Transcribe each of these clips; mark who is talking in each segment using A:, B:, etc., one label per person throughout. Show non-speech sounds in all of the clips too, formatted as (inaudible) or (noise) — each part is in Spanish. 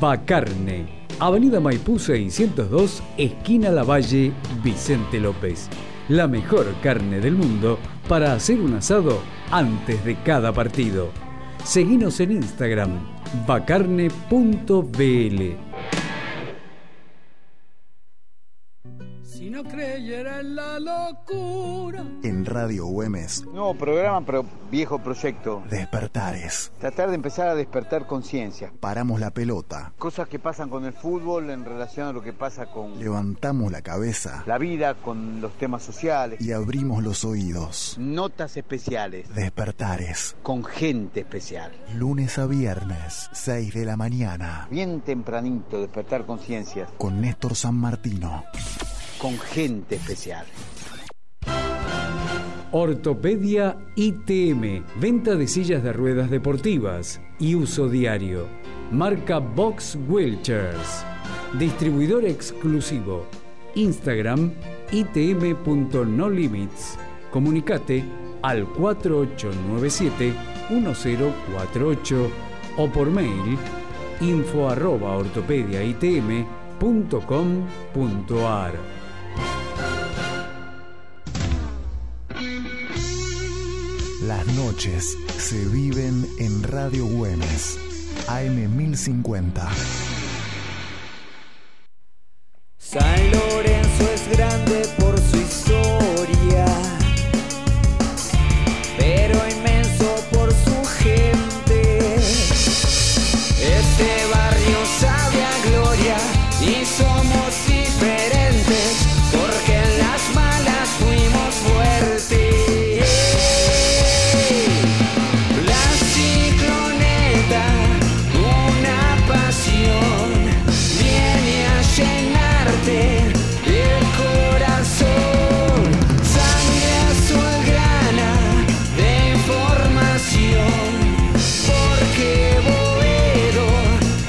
A: Bacarne, Avenida Maipú 602, esquina Lavalle, Vicente López. La mejor carne del mundo para hacer un asado antes de cada partido. Seguinos en Instagram, bacarne.bl.
B: Si no creyera en la locura.
C: En Radio Güemes,
D: Nuevo programa, pero viejo proyecto.
C: Despertares.
D: Tratar de empezar a despertar conciencia.
C: Paramos la pelota,
D: Cosas que pasan con el fútbol en relación a lo que pasa con
C: levantamos la cabeza
D: la vida, con los temas sociales.
C: y abrimos los oídos.
D: Notas especiales
C: Despertares.
D: con gente especial.
C: Lunes a viernes, 6 de la mañana.
D: Bien tempranito, despertar conciencias
C: Con Néstor San Martino.
D: con gente especial.
A: Ortopedia ITM, venta de sillas de ruedas deportivas y uso diario. Marca Box Wheelchairs. Distribuidor exclusivo. Instagram itm.nolimits. Comunicate al 4897-1048 o por mail info arroba ortopediaitm.com.ar.
C: Las noches se viven en Radio Güemes. AM 1050.
E: San Lorenzo es grande por su historia, pero inmenso por su gente. Este barrio sabe a gloria y somos diferentes, porque en las malas fuimos fuertes. La cicloneta, una pasión, viene a llenarte el corazón. Sangre azul grana de información, porque Boedo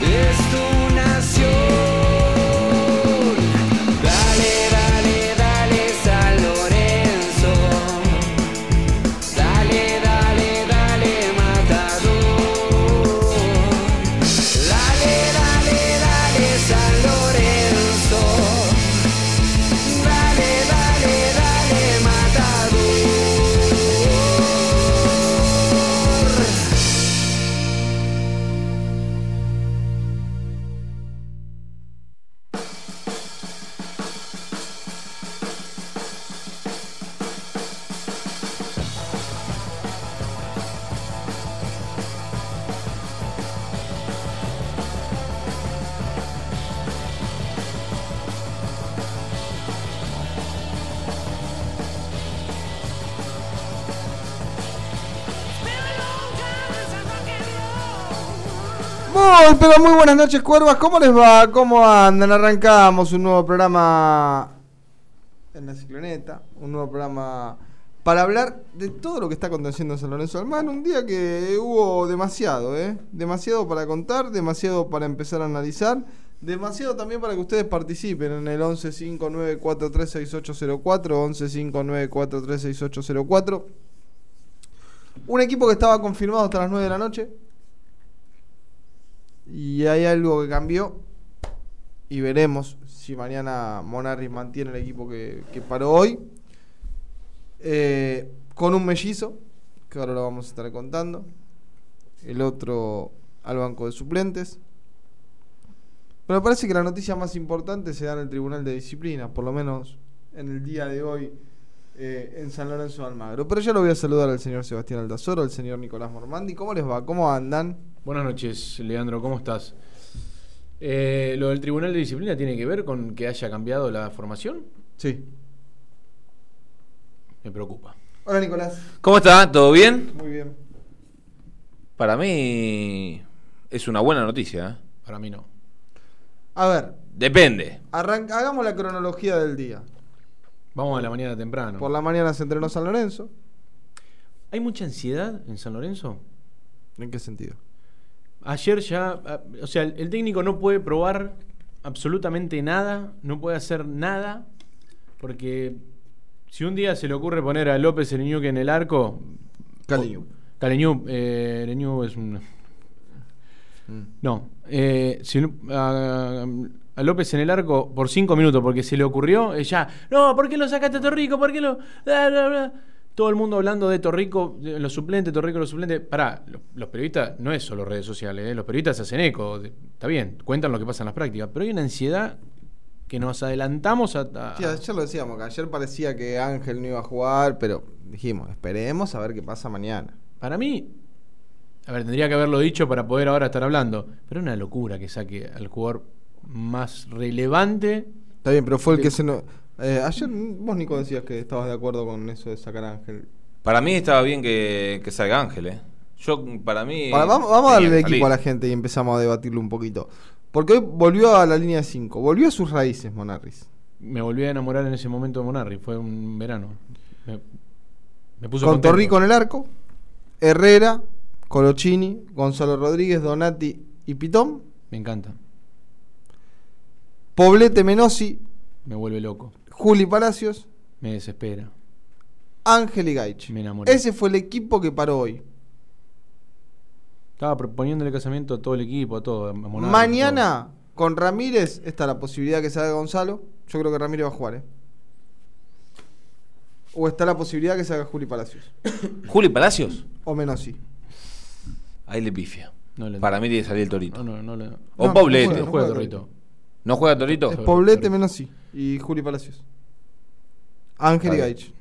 E: es tu nación. Dale, dale, dale, San Lorenzo. Dale, dale, dale, matador. Dale, dale, dale, San Lorenzo. Dale, dale, dale, matador.
F: Muy, pero muy buenas noches, cuervas. ¿Cómo les va? ¿Cómo andan? Arrancamos un nuevo programa en la cicloneta. Un nuevo programa para hablar de todo lo que está aconteciendo en San Lorenzo del Mar. Un día que hubo demasiado, ¿eh? Demasiado para contar, demasiado para empezar a analizar. Demasiado también para que ustedes participen en el 1159436804, 1159436804. Un equipo que estaba confirmado hasta las 9 de la noche, y hay algo que cambió. Y veremos si mañana Monarris mantiene el equipo que, que paró hoy. Eh, con un mellizo, que ahora lo vamos a estar contando. El otro al banco de suplentes. Pero me parece que la noticia más importante se da en el Tribunal de Disciplina, por lo menos en el día de hoy eh, en San Lorenzo de Almagro. Pero ya lo voy a saludar al señor Sebastián Altazoro, al señor Nicolás Mormandi. ¿Cómo les va? ¿Cómo andan?
G: Buenas noches, Leandro, ¿cómo estás? Eh, lo del Tribunal de Disciplina tiene que ver con que haya cambiado la formación.
F: Sí.
G: Me preocupa.
F: Hola Nicolás.
H: ¿Cómo está? ¿Todo bien?
F: Muy bien.
H: Para mí es una buena noticia. ¿eh?
G: Para mí no.
F: A ver,
H: Depende.
F: arranca, hagamos la cronología del día.
G: Vamos a la mañana temprano.
F: Por la mañana se entrenó San Lorenzo.
G: ¿Hay mucha ansiedad en San Lorenzo?
F: ¿En qué sentido?
G: Ayer ya, ah, o sea, el, el técnico no puede probar absolutamente nada, no puede hacer nada, porque si un día se le ocurre poner a López el en el arco,
F: Caliñu.
G: Caleñú, eh, Leñú es un, No. eh, si no- a, a López en el arco por cinco minutos, porque se le ocurrió, eh, ya, no, ¿por qué lo sacaste a Torrico? ¿Por qué lo.? bla, bla, bla?". Todo el mundo hablando de Torrico, de los suplentes, Torrico, los suplentes. Pará, los, los periodistas no es solo redes sociales, eh, los periodistas se hacen eco, de- está bien, cuentan lo que pasa en las prácticas, pero hay una ansiedad que nos adelantamos a. a-
F: Sí, ayer lo decíamos, que ayer parecía que Ángel no iba a jugar, pero dijimos, esperemos a ver qué pasa mañana.
G: Para mí, a ver, tendría que haberlo dicho para poder ahora estar hablando, pero es una locura que saque al jugador más relevante.
F: Está bien, pero fue el
G: Sí.
F: que se nos... eh, ayer vos, Nico, decías que estabas de acuerdo con eso de sacar a Ángel.
H: Para mí estaba bien que, que salga Ángel, ¿eh? Yo, para mí.
F: Ahora, vamos, vamos a darle
H: Eh, tenía que
F: equipo a la
H: salir.
F: gente y empezamos a debatirlo un poquito. Porque hoy volvió a la línea 5, volvió a sus raíces, Monarris.
G: Me volví a enamorar en ese momento de Monarri, fue un verano. Me, me puso
F: Con
G: contento.
F: Torrico en el arco, Herrera, Colochini, Gonzalo Rodríguez, Donati y Pitón,
G: Me encanta,
F: Poblete Menosi,
G: me vuelve loco,
F: Juli Palacios,
G: me desespera.
F: Ángel y Gaich.
G: Me enamoré.
F: Ese fue el equipo que paró hoy.
G: Estaba proponiéndole casamiento a todo el equipo, a todo. a Monarri,
F: Mañana con Ramírez está la posibilidad que salga Gonzalo. Yo creo que Ramírez va a jugar, ¿eh? O está la posibilidad que salga Juli Palacios.
H: ¿Juli Palacios?
F: O Menosi.
H: Ahí le pifia.
G: No le-
H: Para mí tiene que salir el Torito.
G: todo. No, no, no. no.
H: O
F: No,
H: Poblete.
G: No
F: bueno.
H: No juega,
G: juega
F: no juega
G: Torrito.
H: Torito?
F: Es
G: Claro,
F: Poblete,
G: claro.
F: Menosi y Juli Palacios. Ángel y
H: Está bien.
F: Gaich.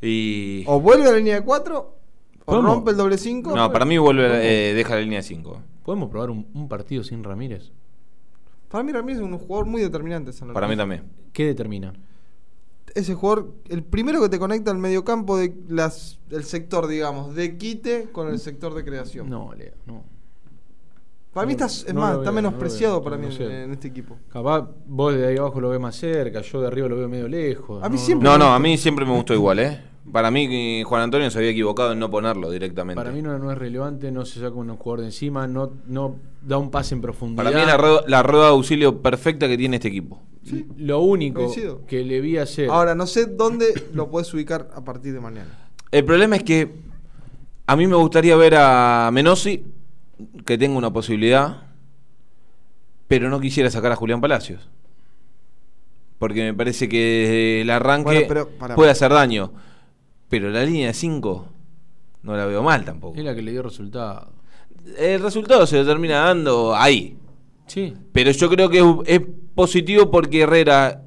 H: Y.
F: O vuelve a la línea de 4, o
G: ¿Podemos?
F: rompe el doble 5.
H: No, para mí vuelve, eh, deja la línea 5.
G: ¿Podemos probar un, un partido sin Ramírez?
F: Para mí Ramírez es un jugador muy determinante. San Lorenzo.
H: Para mí también.
G: ¿Qué determina?
F: Ese jugador, el primero que te conecta al mediocampo de las, del sector, digamos, de quite con el sector de creación.
G: No, Leo, no.
F: Para mí está,
G: No,
F: es
G: no
F: más,
G: lo
F: está
G: veo,
F: menospreciado
G: no lo veo,
F: para mí
G: no
F: en,
G: sé.
F: en este equipo.
G: Capaz vos de ahí abajo lo ves más cerca, yo de arriba lo veo medio lejos.
F: A mí siempre-
H: No, no, a mí siempre me gustó igual, ¿eh? Para mí, eh, Juan Antonio se había equivocado en no ponerlo directamente.
G: Para mí no, no es relevante, no se saca un jugador de encima, no, no da un pase en profundidad.
H: Para mí es la, ro- la rueda de auxilio perfecta que tiene este equipo.
G: Lo único
F: Coincido.
G: que le vi ayer.
F: Ahora, no sé dónde lo puedes ubicar a partir de mañana.
H: El problema es que a mí me gustaría ver a Menossi, que tenga una posibilidad, pero no quisiera sacar a Julián Palacios. Porque me parece que desde el arranque
F: Bueno, pero, pará.
H: puede hacer daño. Pero la línea 5 no la veo mal tampoco.
G: Es la que le dio resultado.
H: El resultado se lo termina dando ahí.
G: Sí.
H: Pero yo creo que es, es positivo porque Herrera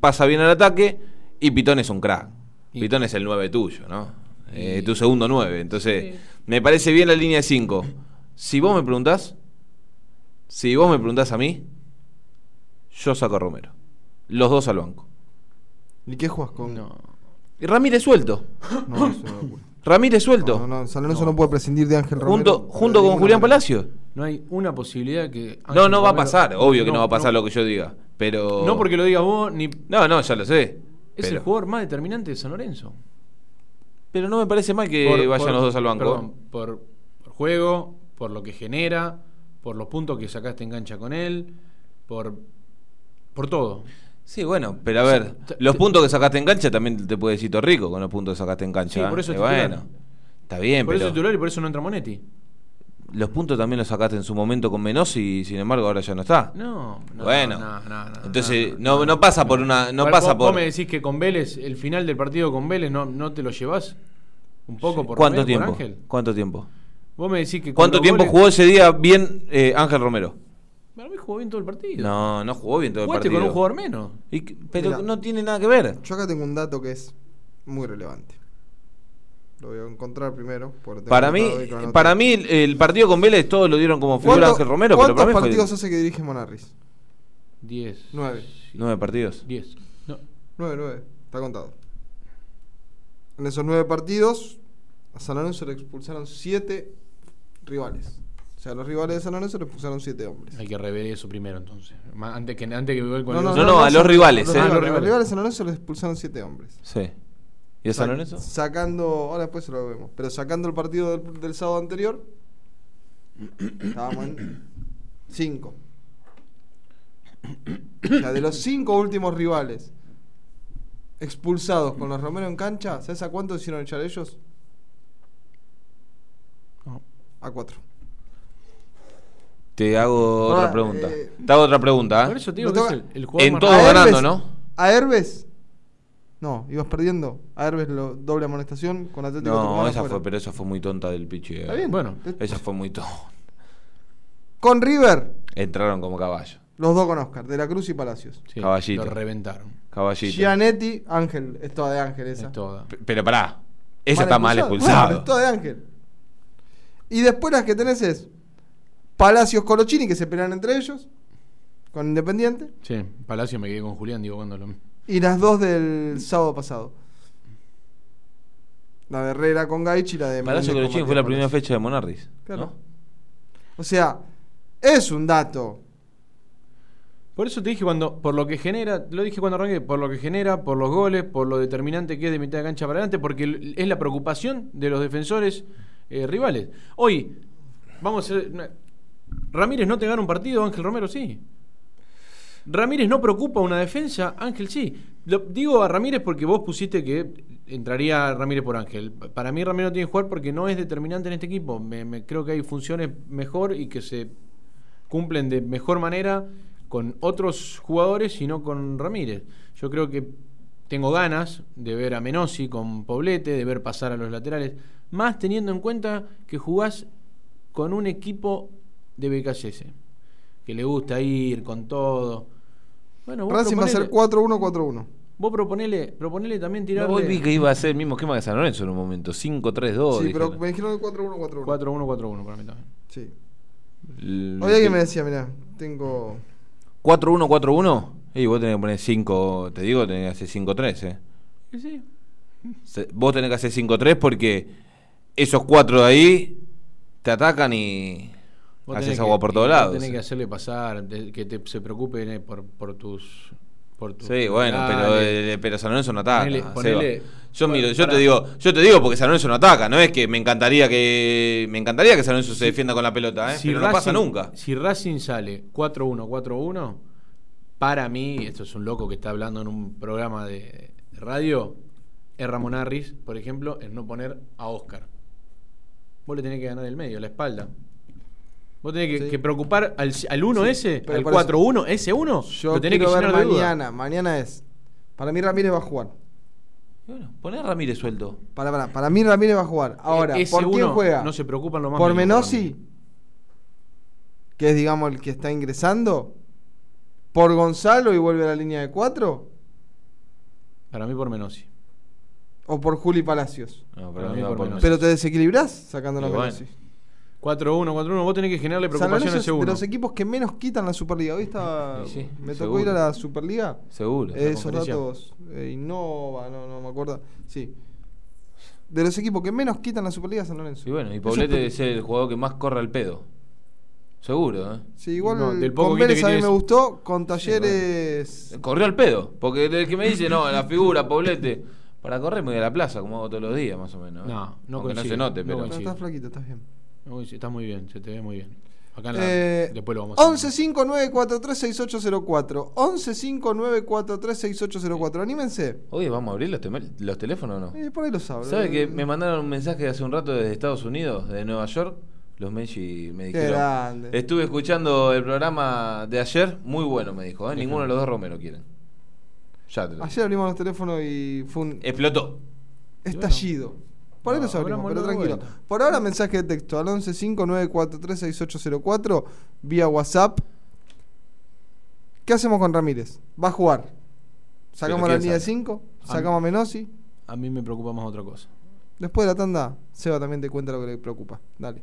H: pasa bien al ataque y Pitón es un crack.
G: Y-
H: Pitón es el 9 tuyo, ¿no? Eh,
G: Y-
H: tu segundo 9. Entonces,
G: Sí.
H: me parece bien la línea 5. Si vos me preguntás, si vos me preguntás a mí, yo saco a Romero. Los dos al banco.
F: ¿Y qué juegas con?
G: No.
H: Y Ramírez suelto. (laughs)
F: No, es una locura.
H: Ramírez suelto.
F: No, no, no, San Lorenzo no. puede prescindir de Ángel Romero.
H: junto junto
F: De
H: con
F: ninguna
H: Julián
F: manera.
H: Palacio.
G: No hay una posibilidad que.
H: No,
G: Ángel
H: no va a
G: Ah, Romero-
H: pasar. Obvio que no, va a pasar lo que yo diga. Pero.
G: No porque lo digas vos, ni.
H: No, no, ya lo sé.
G: Es el
H: pero-
G: jugador más determinante de San Lorenzo.
H: Pero no me parece mal que
G: Por-
H: vayan
G: por-
H: los dos al banco.
G: perdón, por, por juego, por lo que genera, por los puntos que sacaste en cancha con él, por, por todo.
H: Sí, bueno, pero a ver,
G: te-
H: los
G: te-
H: puntos que sacaste en cancha también te puede decir Torrico con los puntos que sacaste en cancha.
G: Sí, por eso
H: Eh,
G: es titular.
H: bueno, está bien,
G: por eso
H: pero
G: es titular y por eso no entra Monetti.
H: los puntos también los sacaste en su momento con Menossi y sin embargo ahora ya no está.
G: No, no.
H: bueno,
G: no, no, no,
H: entonces no, no pasa por una, no
G: Vos-
H: pasa por
G: vos- Vos me decís que con Vélez, el final del partido con Vélez, no, no te lo llevas un poco por,
H: cuánto
G: Romero,
H: tiempo,
G: por Ángel.
H: cuánto tiempo,
G: Vos me decís que con
H: cuánto
G: los
H: tiempo
G: goles-
H: jugó ese día bien eh, Ángel Romero.
G: Para mí jugó bien todo el partido.
H: No, no jugó bien todo el
G: Jugaste
H: partido.
G: con un jugador menos.
H: Y que- pero
F: Mirá.
H: no tiene nada que ver.
F: Yo acá tengo un dato que es muy relevante. Lo voy a encontrar primero. porque tengo
H: Para mí,
F: anotado y que anoté.
H: para mí el, el partido con Vélez todos lo dieron como figura a
F: ¿Cuánto-
H: Ángel Romero, pero
F: ¿Cuántos
H: para mí fue
F: partidos hace que dirige Monarris?
G: 10.
F: Nueve.
H: nueve partidos.
G: 10. No.
F: Nueve, nueve. Está contado. En esos nueve partidos, a San Lorenzo le expulsaron siete rivales. O sea, los rivales de San Lorenzo le expulsaron siete hombres.
G: Hay que rever eso primero entonces. Más- Antes que antes que igual con
H: no,
G: el-
H: no, a los rivales,
F: Los, rivales,
H: eh.
G: Ah, los
F: los rivales de San Lorenzo le expulsaron siete hombres.
H: Sí. ¿Y a San
F: Sac-
H: Lorenzo?
F: Sacando, ahora después se lo vemos, pero sacando el partido del, del sábado anterior, estábamos en 5. O sea, de los cinco últimos rivales expulsados con los Romero en cancha, ¿sabes a cuántos hicieron echar ellos?
G: No.
F: A cuatro.
H: Te hago
F: Ah,
H: otra pregunta.
F: eh,
H: Te hago otra pregunta.
G: Por
H: ¿eh?
G: eso te digo
F: Me
G: que es
F: toca-
G: el, el jugador
H: En
G: más
H: todo
F: A ver,
H: ganando,
F: ves-
H: ¿no?
F: ¿A Herbes? No, ibas perdiendo. A Herbes lo doble amonestación con Atlético
H: No,
F: Tucumán
H: esa
F: afuera.
H: fue, pero esa fue muy tonta del pichi. ¿eh?
F: Está bien.
G: Bueno,
F: Te-
H: Esa fue muy tonta.
F: (laughs) Con River,
H: Entraron como caballo.
F: los dos con Oscar, de la Cruz y Palacios.
G: Sí,
H: Caballito.
G: Lo reventaron.
H: Caballito.
F: Gianetti, Ángel, es toda de Ángel esa.
G: Es toda.
H: P- Pero pará. Esa está mal
F: Bueno,
H: expulsado.
F: es toda de Ángel. Y después las que tenés es Palacios Colochini, que se pelean entre ellos, con Independiente,
G: Sí, Palacio me quedé con Julián, digo, cuando lo.
F: y las dos del sábado pasado. La de Herrera con Gaich y la de
H: Palacio
F: Menéndez con
H: Colochín
F: Matías
H: fue la primera
F: Palacios.
H: fecha de Monarris.
F: Claro.
H: ¿no?
F: O sea, es un dato.
G: Por eso te dije cuando, por lo que genera, lo dije cuando arranqué, por lo que genera, por los goles, por lo determinante que es de mitad de cancha para adelante, porque l- es la preocupación de los defensores eh, rivales. Hoy, vamos a hacer una- Ramírez no te gana un partido, Ángel Romero sí. Ramírez no preocupa una defensa, Ángel sí. Lo- digo a Ramírez porque vos pusiste que entraría Ramírez por Ángel. Pa- Para mí Ramírez no tiene que jugar porque no es determinante en este equipo. Me- me creo que hay funciones mejor y que se cumplen de mejor manera con otros jugadores y no con Ramírez. Yo creo que tengo ganas de ver a Menossi con Poblete, de ver pasar a los laterales, más teniendo en cuenta que jugás con un equipo de BKS, que le gusta ir con todo. Bueno, vos
F: Racing va a ser
G: proponele,
F: 4-1, 4-1.
G: vos proponele, proponele también
H: No,
G: tirarle
H: hoy vi que iba a ser el mismo esquema que San Lorenzo en un momento. 5-3-2.
F: Sí,
H: dijeron.
F: pero me dijeron 4-1, 4-1.
G: 4-1-4-1 para mí también.
F: Sí.
H: L-
F: Hoy alguien me decía, mirá, tengo.
H: 4-1-4-1. Y vos tenés que poner 5, te digo, tenés que hacer 5-3. ¿eh?
G: Y sí,
H: Se- Vos tenés que hacer 5-3 porque esos 4 de ahí te atacan y
G: Vos
H: haces
G: tenés
H: agua
G: que-
H: por todos
G: vos
H: lados.
G: Tenés que hacerle pasar, de- que te- se preocupen eh, por, por tus. Por tus
H: Sí, bueno, pero,
G: laterales.
H: eh, pero San Lorenzo no ataca.
G: Ponele-
H: Seba.
G: ponele-
H: yo
G: bueno,
H: miro, yo
G: pará.
H: te digo, yo te digo porque San Lorenzo no ataca, no es que me encantaría que me encantaría que San Lorenzo se defienda con la pelota, ¿eh? pero no pasa
G: Racing-
H: nunca.
G: Si Racing sale 4-1, 4-1, para mí, esto es un loco que está hablando en un programa de radio, es Ramón Harris, por ejemplo, en no poner a Oscar. Vos le tenés que ganar el medio, la espalda. Vos tenés que,
F: Sí.
G: que preocupar al, al 1 ese,
F: pero
G: al
F: por eso-
G: 4-1, ese 1,
F: Yo
G: lo tenés que
F: quiero ver
G: llenar de duda.
F: mañana. Mañana es. Para mí Ramírez va a jugar.
H: Y Bueno, poné a Ramírez suelto.
F: Para, para, para mí Ramírez va a jugar. Ahora,
G: E- ese
F: ¿por quién
G: uno
F: juega?
G: No se preocupan lo más
F: ¿Por
G: mínimo,
F: Menossi?
G: para mí.
F: Que es, digamos, el que está ingresando. ¿Por Gonzalo y vuelve a la línea de 4?
G: Para mí por Menossi.
F: ¿O por Juli Palacios?
H: No,
G: Para
H: pero
G: mí
H: no
G: por
H: por
G: menos.
F: Pero te desequilibrás sacándolo
H: Y
F: a
H: bueno,
F: Menossi.
G: 4-1, 4-1, vos tenés que generarle
F: San
G: preocupación
F: Lorenzo
G: a
F: es
G: ese
F: de
G: 1.
F: los equipos que menos quitan la Superliga. Hoy estaba,
H: Y sí,
F: me tocó
H: seguro.
F: ir a la Superliga.
H: Seguro.
G: Eh,
F: Esos
G: conferencia.
F: datos, eh, Innova, no, no me acuerdo. Sí. De los equipos que menos quitan la Superliga San Lorenzo.
H: Y bueno, y
F: Eso
H: Poblete
F: es-
H: debe ser el jugador que más corre al pedo. Seguro, ¿eh?
F: Sí, igual
G: No, del poco
F: con
G: que te-
F: Vélez
G: que
F: a mí me
G: tienes-
F: gustó, con Talleres...
H: Corrió al pedo, porque el que me dice, no,
G: (laughs)
H: la figura, Poblete, para correr me voy a la plaza como hago todos los días, más o menos. ¿eh?
G: No, no
H: Aunque no
G: coincido,
H: se note,
G: no
H: pero
F: Pero
G: coincido.
F: estás flaquito, estás bien.
G: Uy, sí, estás muy bien, se te ve muy bien. Acá en la-
F: Eh,
G: después lo vamos a
F: 11-5943-6804. 11-5943-6804. Anímense.
H: Oye, ¿vamos a abrir los, temel- los teléfonos o no?
F: Eh, por ahí los hablo.
H: ¿Sabes que me mandaron un mensaje hace un rato desde Estados Unidos, de Nueva York? Los Menchi me dijeron.
F: grande.
H: Estuve escuchando el programa de ayer, muy bueno, me dijo. ¿eh?
G: Déjame.
H: Ninguno de los dos Romero quieren. Ya te lo
F: Ayer abrimos los teléfonos y fue un
H: Explotó.
F: estallido. Por ahí
G: No,
F: los abrimos,
G: hablamos
F: pero
G: luego de
F: tranquilo.
G: vuelta.
F: Por ahora mensaje de texto al 11-5943-6804 vía WhatsApp. ¿Qué hacemos con Ramírez? Va a jugar. Sacamos
H: Pero
F: la
H: ¿quién
F: línea de
H: sabe?
F: 5, sacamos a Menossi.
G: A mí me preocupa más otra cosa.
F: Después de la tanda, Seba también te cuenta lo que le preocupa. Dale.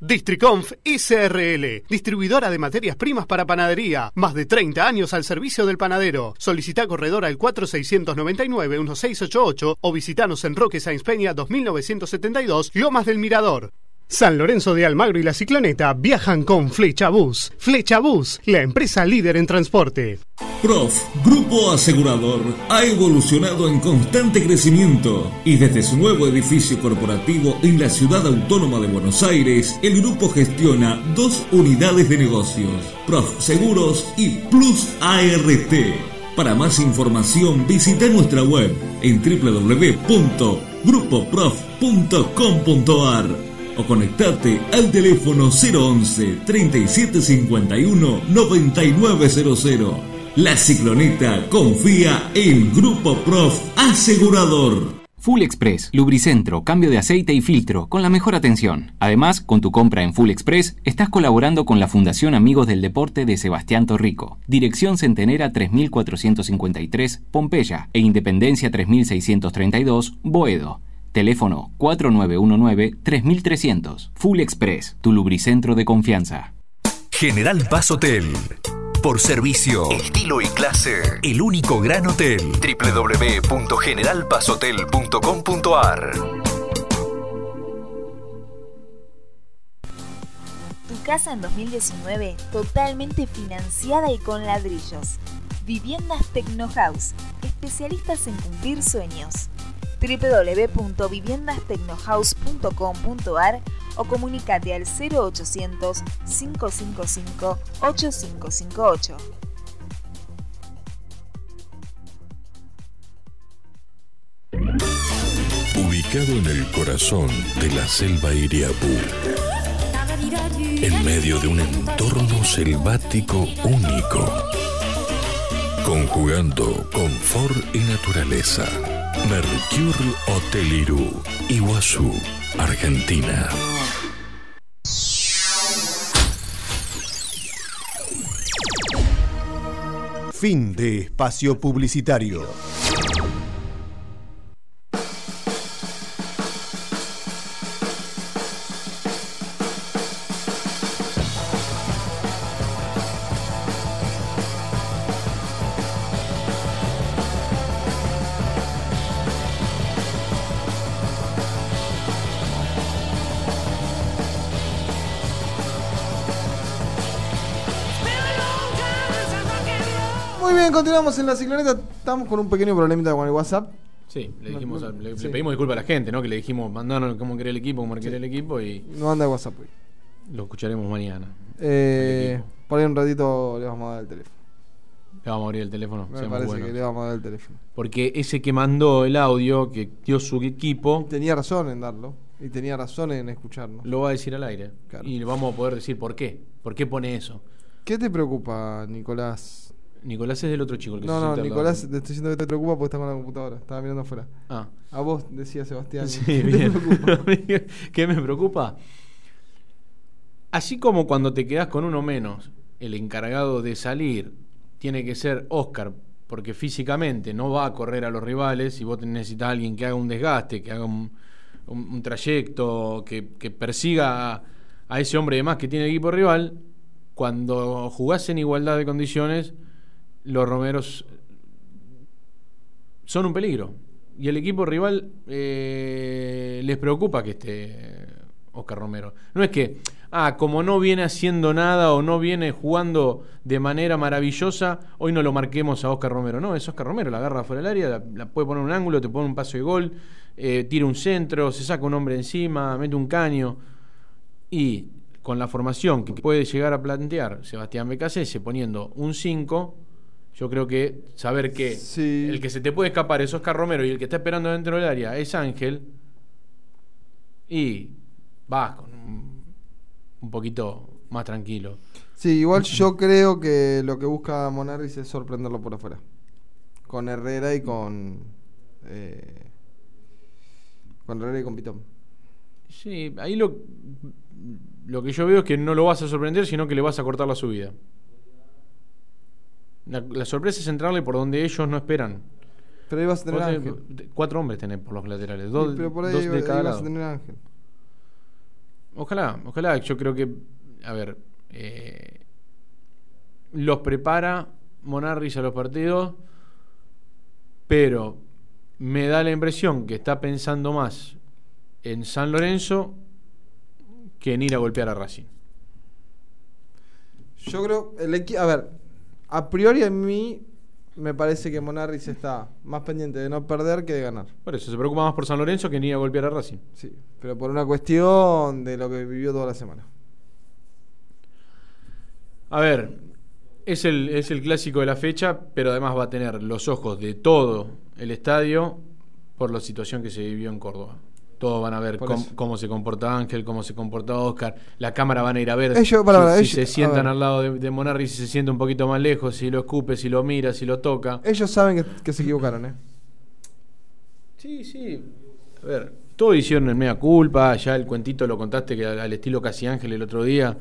I: Districonf SRL, distribuidora de materias primas para panadería. Más de 30 años al servicio del panadero. Solicita corredor al 4699-1688 o visitanos en Roque Sáenz Peña 2972, Lomas del Mirador. San Lorenzo de Almagro y La Cicloneta viajan con Flecha Bus. Flecha Bus, la empresa líder en transporte.
J: Prof, Grupo Asegurador, ha evolucionado en constante crecimiento y desde su nuevo edificio corporativo en la ciudad autónoma de Buenos Aires, el grupo gestiona dos unidades de negocios, Prof Seguros y Plus ART. Para más información visita nuestra web en www.grupoprof.com.ar o conectate al teléfono 011 3751 9900. La Cicloneta confía en Grupo Prof Asegurador.
K: Full Express, lubricentro, cambio de aceite y filtro, con la mejor atención. Además, con tu compra en Full Express, estás colaborando con la Fundación Amigos del Deporte de Sebastián Torrico, Dirección Centenera 3453, Pompeya, e Independencia 3632, Boedo. Teléfono 4919-3300. Full Express, tu lubricentro de confianza.
L: General Paz Hotel. Por servicio, estilo y clase. El único gran hotel. www.generalpazhotel.com.ar
M: Tu casa en 2019 totalmente financiada y con ladrillos. Viviendas Tecno House, especialistas en cumplir sueños. www.viviendastecnohouse.com.ar o comunicate al 0800 555 8558.
N: Ubicado en el corazón de la selva Iriapú, en medio de un entorno selvático único, conjugando confort y naturaleza. Mercure Hotel Irú, Iguazú, Argentina.
O: Fin de espacio publicitario.
F: Muy bien, continuamos en la cicloneta. Estamos con un pequeño problemita con el WhatsApp.
G: Sí, le, dijimos,
F: No,
G: a-
F: no,
G: le, le
F: sí.
G: pedimos disculpas a la gente, ¿no? Que le dijimos, mandaron cómo quería el equipo, cómo quería el equipo y
F: No anda el WhatsApp hoy.
G: lo escucharemos mañana.
F: Eh, por ahí un ratito le vamos a dar el teléfono.
G: Le vamos a abrir el teléfono.
F: Me
G: seamos
F: parece
G: buenos.
F: que le vamos a dar el teléfono.
G: Porque ese que mandó el audio, que dio su equipo,
F: Tenía razón en darlo. Y tenía razón en escucharnos.
G: lo va a decir al aire. Y le vamos a poder decir por qué. ¿Por qué pone eso?
F: ¿Qué te preocupa, Nicolás?
G: Nicolás es del otro chico. El que
F: No,
G: se
F: no,
G: sienta al lado.
F: Nicolás, te estoy diciendo que te preocupa porque estás con la computadora. Estaba mirando afuera.
G: Ah.
F: A vos decía Sebastián.
G: Sí,
F: (laughs) ¿qué te
G: bien.
F: preocupa?
G: (laughs) ¿Qué me preocupa? Así como cuando te quedás con uno menos, el encargado de salir tiene que ser Oscar, porque físicamente no va a correr a los rivales y vos necesitas a alguien que haga un desgaste, que haga un, un- un trayecto, que, que persiga a, a ese hombre de más que tiene el equipo rival. Cuando jugás en igualdad de condiciones, los romeros son un peligro. Y el equipo rival eh, les preocupa que esté Oscar Romero. No es que, ah, como no viene haciendo nada o no viene jugando de manera maravillosa, hoy no lo marquemos a Oscar Romero. No, es Oscar Romero, la agarra fuera del área, la, la puede poner en un ángulo, te pone un paso de gol, eh, tira un centro, se saca un hombre encima, mete un caño. Y con la formación que puede llegar a plantear Sebastián Becasese poniendo un 5, yo creo que saber que el que se te puede escapar es Oscar Romero y el que está esperando dentro del área es Ángel. Y vas con un, un poquito más tranquilo.
F: Sí, igual
G: (laughs)
F: yo creo que lo que busca Monarris es sorprenderlo por afuera. Con Herrera y con. eh, con Herrera y con Pitón.
G: Sí, ahí lo, lo que yo veo es que no lo vas a sorprender, sino que le vas a cortar la subida. La, la sorpresa es entrarle por donde ellos no esperan.
F: Pero ahí vas a tener
G: Vos
F: a
G: tenés-
F: Ángel.
G: te- Cuatro hombres tenés por los laterales, dos,
F: Sí, pero por ahí,
G: dos
F: ahí
G: de cada
F: vas
G: lado.
F: a tener a Ángel.
G: Ojalá, ojalá. Yo creo que, a ver, eh, los prepara Monarris a los partidos, pero me da la impresión que está pensando más en San Lorenzo que en ir a golpear a Racing.
F: Yo creo, el equi- a ver, a priori a mí me parece que Monarris está más pendiente de no perder que de ganar.
G: Por eso se preocupa más por San Lorenzo que en ir a golpear a Racing.
F: Sí, pero por una cuestión de lo que vivió toda la semana.
G: Eh, A ver, es el, es el clásico de la fecha, pero además va a tener los ojos de todo el estadio por la situación que se vivió en Córdoba. Todos van a ver
F: Por
G: cómo,
F: eso.
G: cómo se comporta Ángel, cómo se comporta Oscar. La cámara van a ir a ver
F: Ellos, para,
G: si-
F: para,
G: si,
F: ellos-
G: se
F: a ver.
G: sientan al lado de, de Monarri, si se sienta un poquito más lejos, si lo escupe, si lo mira, si lo toca.
F: Ellos saben que, que se equivocaron, ¿eh?
G: Sí, sí. A ver, todos hicieron el mea culpa, ya el cuentito lo contaste que al, al estilo casi Ángel el otro día.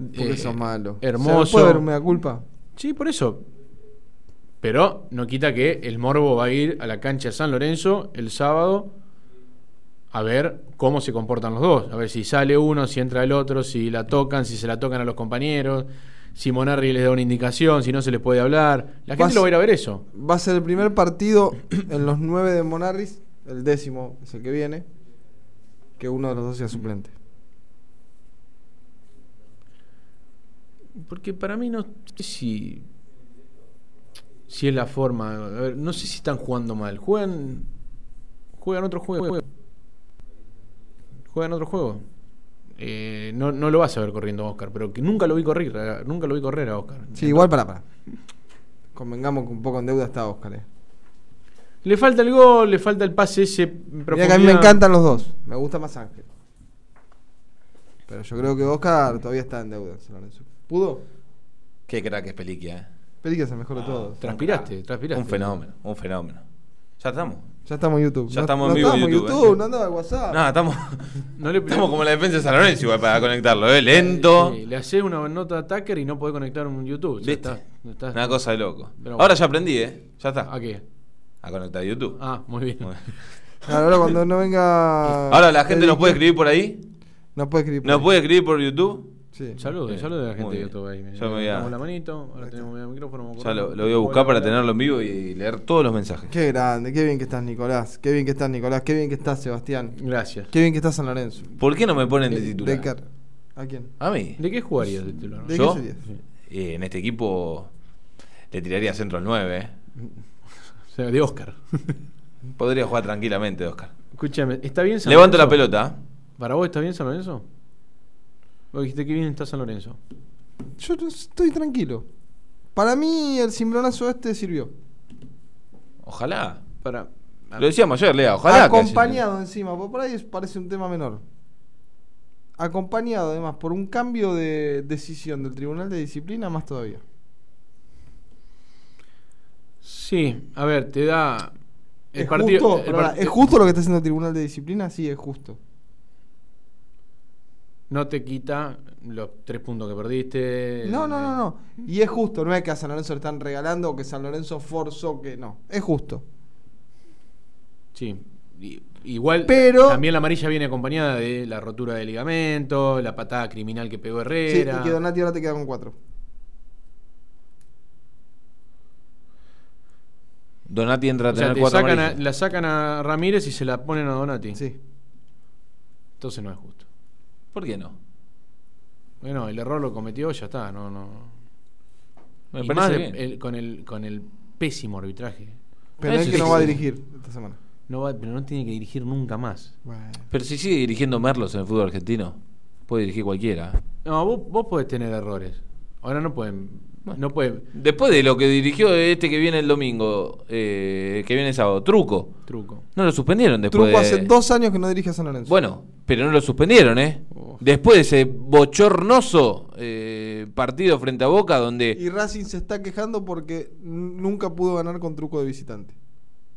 G: Eh,
F: Porque sos malo.
G: Hermoso.
F: ¿Se puede ver una culpa?
G: Sí, por eso. Pero no quita que el morbo va a ir a la cancha de San Lorenzo el sábado a ver cómo se comportan los dos. A ver si sale uno, si entra el otro, si la tocan, si se la tocan a los compañeros, si Monarri les da una indicación, si no se les puede hablar. La gente
F: Vas-
G: lo va a ir a ver eso.
F: Va a ser el primer partido en los nueve de Monarris, el décimo es el que viene, que uno de los dos sea suplente.
G: Porque para mí no sé si. Si es la forma. A ver, no sé si están jugando mal. Juegan. Juegan otro juego. Juegan otro juego. Eh, no, no lo vas a ver corriendo a Oscar, pero que nunca lo vi correr. a- Nunca lo vi correr a Oscar.
F: Sí, igual para, para. Convengamos que un poco en deuda está Oscar. ¿eh?
G: Le falta el gol, le falta el pase ese.
F: Mirá que a
G: en
F: mí me
G: profundidad.
F: encantan los dos. Me gusta más Ángel. Pero yo creo que Oscar todavía está en deuda. en San Lorenzo. ¿Pudo?
H: Qué crack es Peliquia, eh.
F: Peliquia es el mejor de todos.
G: Transpiraste, transpiraste.
H: Un fenómeno, un fenómeno. Ya estamos.
F: Ya estamos en YouTube.
H: Ya
F: No-
H: estamos
F: no
H: en vivo en
F: estamos en
H: YouTube.
F: YouTube,
H: eh.
F: no andaba en WhatsApp.
H: No,
F: (laughs)
H: estamos,
G: no le-
H: estamos como la defensa de San Lorenzo igual para conectarlo, ¿eh? Lento.
G: Sí, le haces una nota a Tucker y no podés conectar un YouTube. Ya está, ya está.
H: Una cosa de loco.
G: Pero bueno.
H: Ahora ya aprendí, ¿eh? Ya está.
G: ¿A qué?
H: A conectar a YouTube.
G: Ah, muy bien.
F: Claro, (laughs) ahora cuando no venga.
H: (laughs) Ahora la gente
F: Eric,
H: nos puede escribir por ahí.
F: Nos puede escribir. por
H: Nos
F: ahí.
H: puede escribir por YouTube.
F: Sí.
G: Saludos,
H: Bien,
G: saludos a la gente
H: muy
G: de
H: bien.
G: YouTube ahí.
H: Yo me voy a-
G: Tenemos la manito, ahora tenemos el micrófono.
H: Ya lo, lo voy a buscar para tenerlo en vivo y leer todos los mensajes.
F: Qué grande, qué bien que estás, Nicolás. Qué bien que estás, Nicolás. Qué bien que estás, Sebastián.
G: Gracias.
F: Qué bien que estás, San Lorenzo. Eh,
H: ¿Por qué no me ponen de
F: De-
H: titular?
F: de car- ¿A quién?
H: ¿A mí?
G: ¿De qué jugarías de este titular?
F: ¿De
H: ¿Yo?
F: qué serías?
H: Eh, en este equipo le tiraría centro al 9, ¿eh?
G: O sea, de Oscar.
H: (laughs) Podría jugar tranquilamente, Oscar.
G: Escúchame, ¿está bien San
H: Levanto la
G: Lorenzo?
H: pelota.
G: ¿Para vos está bien San Lorenzo? Vos dijiste que bien está San Lorenzo.
F: Yo no- estoy tranquilo. Para mí, el cimbronazo este sirvió.
H: Ojalá.
G: Para.
H: Lo decíamos ayer, Lea. Ojalá. que
F: Acompañado encima, porque por ahí es- parece un tema menor. Acompañado además por un cambio de decisión del Tribunal de Disciplina, más todavía.
G: Sí, a ver, te da. El
F: ¿Es,
G: partido.
F: justo,
G: el
F: Pero ahora,
G: part-
F: ¿Es justo lo que está haciendo el Tribunal de Disciplina? Sí, es justo.
G: No te quita los tres puntos que
H: Eh,
G: perdiste.
F: No, no, no, no. Y es justo, no es que a San Lorenzo le están regalando o que San Lorenzo forzó que no. Es justo.
G: Sí. I- Igual
F: Pero-
G: también la amarilla viene acompañada de la rotura de ligamento, la patada criminal que pegó
F: Sí,
G: Herrera.
F: y que Donati ahora te queda con cuatro.
H: Donati entra a
G: O sea,
H: tener
G: te
H: cuatro
G: sacan a-
H: amarillas.
G: la sacan a Ramírez y se la ponen a Donati.
F: Sí.
G: Entonces no es justo.
H: ¿Por qué no?
G: Bueno, el error lo cometió, ya está, no, no.
H: Me
G: Y
H: parece
G: más de-
H: bien.
G: el- con el con el pésimo arbitraje.
F: Pero
H: Eso
F: es que no
H: sí.
F: va a dirigir esta semana.
G: No va, pero no tiene que dirigir nunca más.
F: Bueno.
H: Pero si sigue dirigiendo Merlos en el fútbol argentino, puede dirigir cualquiera.
G: No, vos, vos podés tener errores. Ahora no pueden. No pueden.
H: Después de lo que dirigió este que viene el domingo, eh, que viene el sábado, Truco.
G: Truco.
H: No lo suspendieron después.
F: Truco hace
H: de-
F: dos años que no dirige a San Lorenzo.
H: Bueno, pero no lo suspendieron, ¿eh? Después de ese bochornoso eh, partido frente a Boca, donde
F: Y Racing se está quejando porque n- nunca pudo ganar con truco de visitante.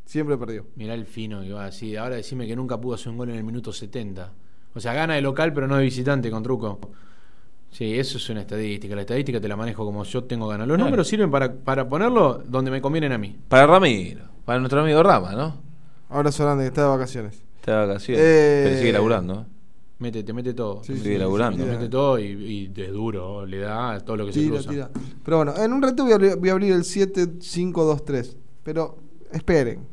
F: Siempre perdió.
G: Mirá el fino que va así. Ahora decime que nunca pudo hacer un gol en el minuto 70. O sea, gana de local, pero no de visitante con truco. Sí, eso es una estadística. La estadística te la manejo como yo tengo ganas. Los
H: Claro.
G: números sirven para, para ponerlo donde me convienen a mí.
H: para Ramiro, para nuestro amigo Rama, ¿no?
F: Ahora Solande que está de vacaciones.
H: Está de vacaciones,
F: Eh,
H: pero sigue laburando. ¿eh?
G: Mete, te mete todo.
F: Sí,
H: Sigue sí, laburando. sí,
G: Te
H: tira.
G: mete todo y, y es duro. Le da todo lo que se
F: Tira,
G: cruza.
F: tira. Pero bueno, en un rato voy a, abrir- voy a abrir el 7523. Pero esperen.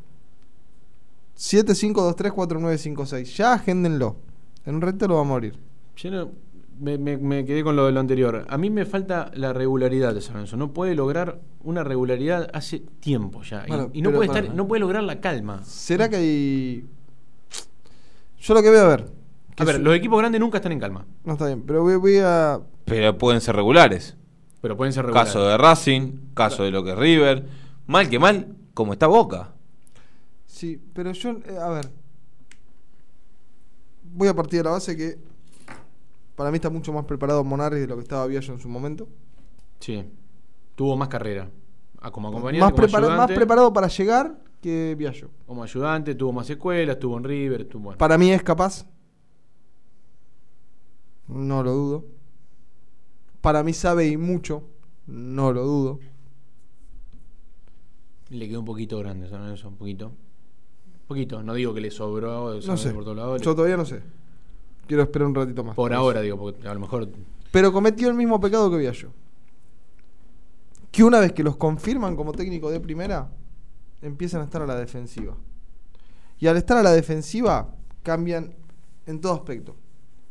F: 75234956. Ya agéndenlo. En un rato lo vamos a abrir.
G: Yo no- me, me- me quedé con lo de lo anterior. A mí me falta la regularidad de San Lorenzo. No puede lograr una regularidad hace tiempo ya. Y-
F: Bueno,
G: y no
F: pero
G: puede,
F: pará.
G: estar, no puede lograr la calma.
F: ¿Será que hay.? Yo lo que veo, a ver. que
G: A ver,
F: su-
G: los equipos grandes nunca están en calma.
F: No está bien, pero voy, voy a.
H: Pero pueden ser regulares.
G: Pero pueden ser regulares.
H: Caso de Racing, caso de lo que es River. Mal que mal, como está Boca.
F: Sí, pero yo. eh, a ver. Voy a partir de la base que. Para mí está mucho más preparado Monarri de lo que estaba Biagio en su momento.
G: Sí. Tuvo más carrera. Ah, Como acompañante,
F: Más,
G: como
F: prepara- más
G: ayudante.
F: preparado para llegar que Biagio.
G: Como ayudante, tuvo más escuelas, estuvo en River, estuvo bueno.
F: Para mí es capaz. No lo dudo. Para mí sabe y mucho. No lo dudo.
G: Le quedó un poquito grande San Lorenzo, un poquito. Poquito, no digo que le sobró San
F: No sé.
G: Lorenzo por todos lados.
F: Yo todavía no sé. Quiero esperar un ratito más.
G: Por ahora, digo, porque a lo mejor
F: Pero cometió el mismo pecado que Biagio. Que una vez que los confirman como técnico de primera, empiezan a estar a la defensiva. Y al estar a la defensiva, cambian en todo aspecto.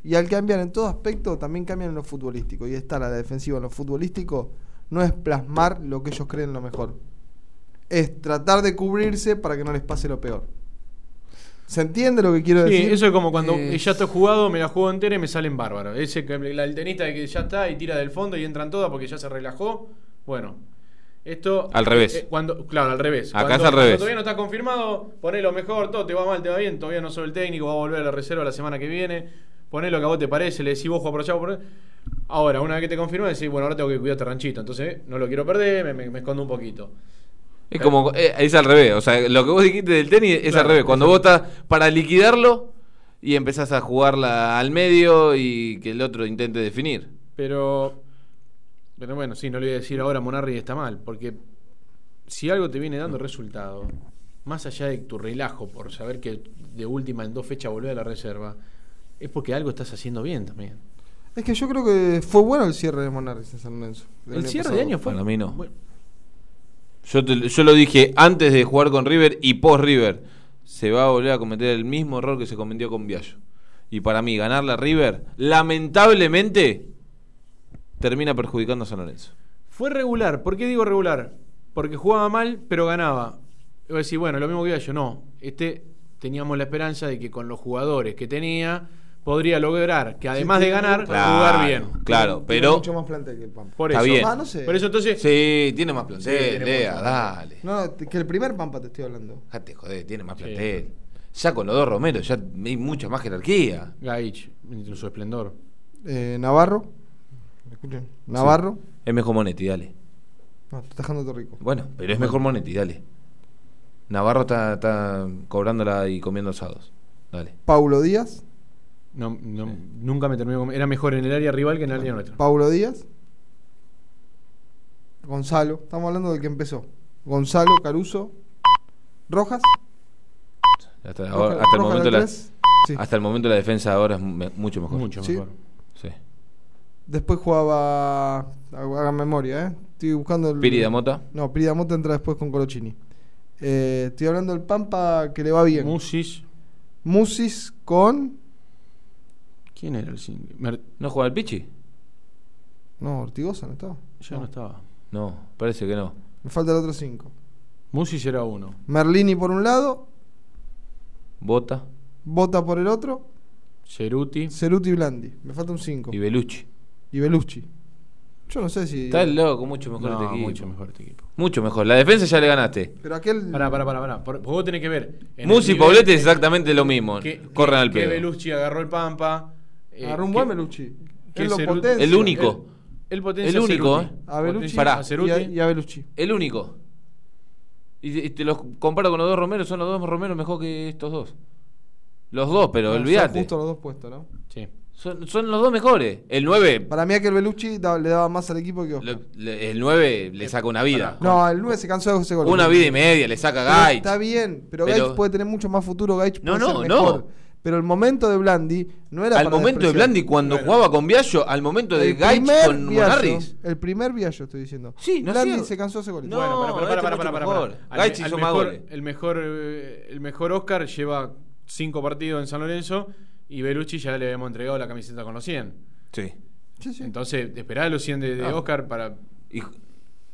F: Y al cambiar en todo aspecto, también cambian en lo futbolístico. Y estar a la defensiva en lo futbolístico no es plasmar lo que ellos creen lo mejor. Es tratar de cubrirse para que no les pase lo peor. ¿Se entiende lo que quiero
G: Sí,
F: decir?
G: eso es como cuando
F: Eh,
G: ya estoy jugado, me la juego entera y me salen bárbaros. Ese que la del tenista de que ya está y tira del fondo y entran todas porque ya se relajó. Bueno, esto.
H: Al revés.
G: eh, cuando, claro, al revés.
H: Acá
G: Cuando-
H: es al revés.
G: cuando todavía no está confirmado, poné lo mejor, todo te va mal, te va bien, todavía no soy el técnico, va a volver a la reserva la semana que viene. Poné lo que a vos te parece, le decís vos juega por allá, vos por allá. Ahora, una vez que te confirma, decís, bueno, ahora tengo que cuidar este ranchito, entonces no lo quiero perder, me, me- me escondo un poquito.
H: Es como, eh, es al revés. O sea, lo que vos dijiste del tenis es
G: Claro,
H: al revés. Cuando vos estás para liquidarlo y empezás a jugarla al medio y que el otro intente definir.
G: Pero. Pero bueno, sí, no le voy a decir ahora Monarri está mal, porque si algo te viene dando resultado, más allá de tu relajo por saber que de última en dos fechas volvés a la reserva, es porque algo estás haciendo bien también.
F: Es que yo creo que fue bueno el cierre de Monarris en San Lorenzo. del
G: El
F: año
G: cierre
F: pasado.
G: de año fue.
H: Para mí no.
G: Bueno.
H: Yo, te- yo lo dije antes de jugar con River y post River. Se va a volver a cometer el mismo error que se cometió con Viallo. Y para mí, ganarle a River, lamentablemente, termina perjudicando a San Lorenzo.
G: Fue regular. ¿Por qué digo regular? Porque jugaba mal, pero ganaba. Y vos decís, bueno, lo mismo que yo. No, este teníamos la esperanza de que con los jugadores que tenía podría lograr que además de
F: tiene
G: ganar,
F: mucho-
G: jugar bien.
H: Claro,
F: Tiene
H: pero.
F: mucho más plantel que el Pampa.
G: Por
H: Está
G: eso.
H: bien.
F: Ah, no sé.
G: Por eso entonces.
H: Sí, tiene más
G: Sí,
H: plantel,
G: tiene
H: Lea,
G: mucho.
H: dale.
F: No, no, te- que el primer Pampa te estoy hablando.
H: Dejate, joder, tiene más plantel. Ya con los dos Romero, ya hay mucha más jerarquía.
G: Gaich, en su esplendor.
F: Eh, Navarro. ¿Me escuchan? Navarro.
H: Es mejor Monetti, dale.
F: No, te estás dejando todo rico.
H: Bueno, pero es mejor Monetti, dale. Navarro está, está cobrándola y comiendo asados. Dale.
F: Paulo Díaz.
G: No, no, Nunca me terminó. con- Era mejor en el área rival que en el área nuestra.
F: Paulo Díaz. Gonzalo. Estamos hablando del que empezó. Gonzalo, Caruso. Rojas.
H: Hasta,
F: Roja-
H: ahora- hasta el
F: Roja
H: momento
F: del
H: la,
F: tres. Sí.
H: hasta el momento la defensa ahora es me- mucho mejor.
G: Mucho
F: Sí.
G: mejor.
H: Sí.
F: Después jugaba. Hagan memoria, ¿eh? Estoy buscando. El,
H: Piri Damota.
F: No, Piri Damota entra después con Colochini. Eh, estoy hablando del Pampa que le va bien.
G: Musis.
F: Musis con.
G: ¿Quién era el cinco? Mer-
H: ¿No juega el Pichi?
F: No, Ortigosa no estaba.
G: Ya no estaba.
H: No, parece que no.
F: Me falta el otro 5.
G: Musis era uno.
F: Merlini por un lado,
H: Bota
F: Bota por el otro,
G: Ceruti
F: Ceruti y Blandi. Me falta un 5.
H: y Belucci.
F: Y Belucci. Yo no sé si.
H: Está loco, mucho mejor
G: No,
H: este equipo.
G: mucho mejor este equipo.
H: Mucho mejor. La defensa ya le ganaste.
F: Pero aquel.
G: Pará, pará, pará. pará. Por- vos tenés que ver. en
H: Musi
G: el
H: y
G: nivel
H: Paulete es exactamente lo mismo.
G: que-
H: Corran al
G: que
H: pedo.
G: Belucci agarró el Pampa. eh,
F: Agarró un
G: que-
F: buen Belucci.
G: que
F: Él lo
G: Ceruti-
F: potencia.
H: El único.
G: Él, él potencia
H: El único,
G: a
H: ¿eh?
G: Ceruti.
F: A Belucci
G: Potencia
H: Pará.
F: y, a,
G: Ceruti.
F: y a Belucci.
H: El único. Y, y te los comparo con los dos Romeros, son los dos Romeros mejor que estos dos. Los dos, pero
F: No, son
H: olvídate.
F: Justo los dos puestos, ¿no?
G: Sí.
H: Son, son los dos mejores. El 9,
F: Para mí aquel Belucci da- le daba más al equipo que Oscar.
H: le- el 9 le saca una vida.
F: No, el 9 se cansó de ese gol.
H: Una vida y media le saca Gaich.
F: Está bien, pero,
H: Pero-
F: Gaich puede tener mucho más futuro. Gaich
H: No,
F: puede
H: no,
F: ser
H: no.
F: mejor. Pero el momento de Blandi no era
H: Al
F: para
H: momento de
F: despreciar.
H: Blandi, cuando jugaba con Viallo, al momento de
F: El
H: Gaich
F: primer
H: con
F: Biagio,
H: Monarris.
F: El primer viaje estoy diciendo.
H: Sí, no
F: Blandi
H: hacía-
F: se cansó de ese gol.
H: No,
G: Bueno, pará, pará,
H: este
G: pará,
H: mucho
G: pará,
H: mejor.
G: pará. Al-
H: Gaich
G: al
H: hizo más
G: mejor-
H: goles.
G: El mejor, eh, el mejor Oscar lleva cinco partidos en San Lorenzo Y Belucci ya le habíamos entregado la camiseta con los 100.
H: Sí.
G: Entonces, esperá los 100 de, de
H: Ah.
G: Oscar para,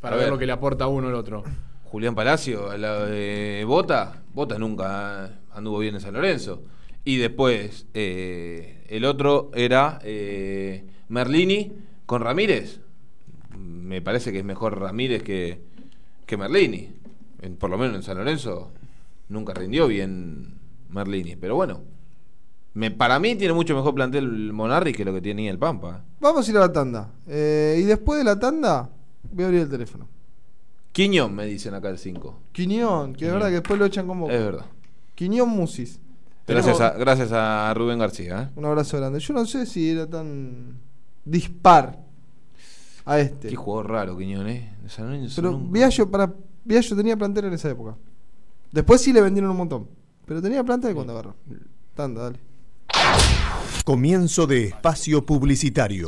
G: para
H: a
G: ver
H: ver.
G: lo que le aporta uno al otro.
H: Julián Palacio, al lado de Bota, Bota nunca eh, anduvo bien en San Lorenzo. Y después, eh, el otro era eh, Merlini con Ramírez. Me parece que es mejor Ramírez que, que Merlini. En- por lo menos en San Lorenzo nunca rindió bien Merlini. Pero bueno, me, para mí tiene mucho mejor plantel Monarri que lo que tenía el Pampa.
F: Vamos a ir a la tanda. Eh, y después de la tanda, voy a abrir el teléfono.
H: Quiñón, me dicen acá el 5.
F: Quiñón, que es verdad que después lo echan como.
H: Es verdad.
F: Quiñón Musis.
H: Gracias a,
F: Tenemos-
H: gracias a Rubén García. ¿eh?
F: Un abrazo grande. Yo no sé si era tan dispar a este.
H: Qué jugador raro, Quiñón, ¿eh? De San Lorenzo
F: Pero
H: nunca.
F: Viallo, para, Viallo tenía plantel en esa época. Después sí le vendieron un montón. Pero tenía plantel cuando agarró. Tanda, dale.
O: Comienzo de espacio publicitario.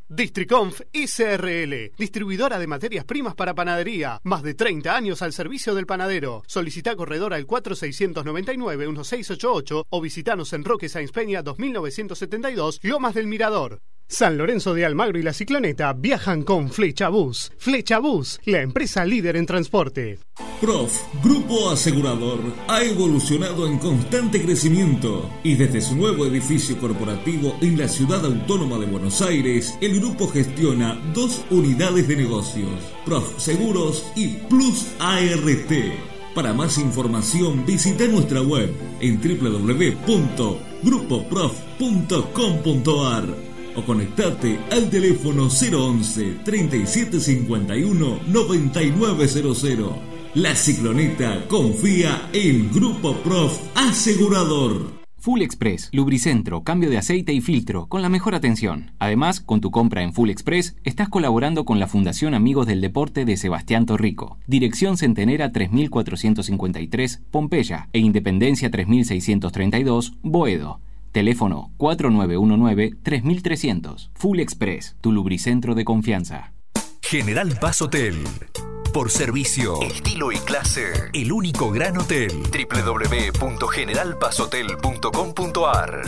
I: Districonf SRL, distribuidora de materias primas para panadería, más de 30 años al servicio del panadero. Solicita corredor al 4699-1688 o visitanos en Roque Sáenz Peña 2972, Lomas del Mirador. San Lorenzo de Almagro y La Cicloneta viajan con Flecha Bus. Flecha Bus, la empresa líder en transporte.
J: Prof, Grupo Asegurador, ha evolucionado en constante crecimiento y desde su nuevo edificio corporativo en la ciudad autónoma de Buenos Aires, el grupo gestiona dos unidades de negocios, Prof Seguros y Plus ART. Para más información visita nuestra web en www.grupoprof.com.ar o conectate al teléfono 011 3751 9900. La cicloneta confía en Grupo Prof Asegurador.
K: Full Express, lubricentro, cambio de aceite y filtro, con la mejor atención. Además, con tu compra en Full Express, estás colaborando con la Fundación Amigos del Deporte de Sebastián Torrico. Dirección Centenera 3453, Pompeya, e Independencia 3632, Boedo. Teléfono 4919-3300. Full Express, tu lubricentro de confianza.
L: General Paz Hotel. Por servicio, estilo y clase. El único gran hotel. www.generalpazhotel.com.ar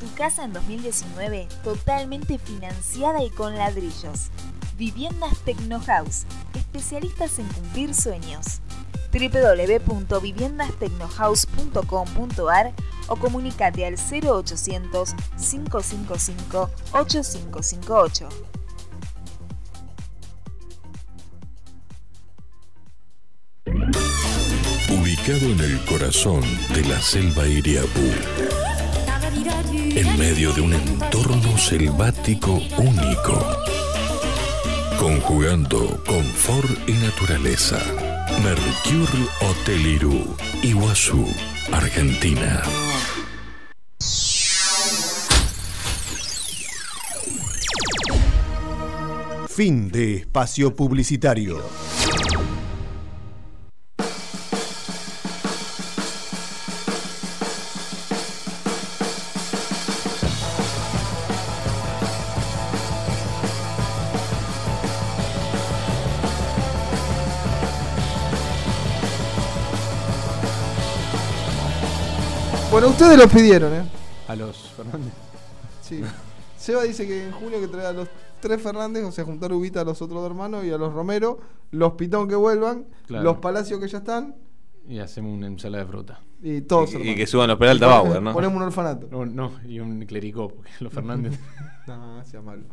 M: Tu casa en 2019 totalmente financiada y con ladrillos. Viviendas Tecnohouse, especialistas en cumplir sueños. www.viviendastecnohouse.com.ar o comunicate al 0800 555 8558.
N: Ubicado en el corazón de la selva Iriapú, en medio de un entorno selvático único, conjugando confort y naturaleza. Mercure Hotel Irú, Iguazú, Argentina.
O: Fin de espacio publicitario.
F: Bueno, ustedes lo pidieron, ¿eh?
G: A los Fernández.
F: Sí. Seba dice que en junio que trae a los tres Fernández, o sea, juntar Ubita a los otros dos hermanos y a los Romero, los Pitón que vuelvan,
G: Claro.
F: los Palacios que ya están
G: Y hacemos una ensalada de fruta.
F: y todos.
H: Y- y
F: hermanos.
H: que suban los Peralta Bauer, ¿no?
F: Ponemos un orfanato.
G: No, no, y un clericó, porque los Fernández.
F: (laughs) no, sea malo.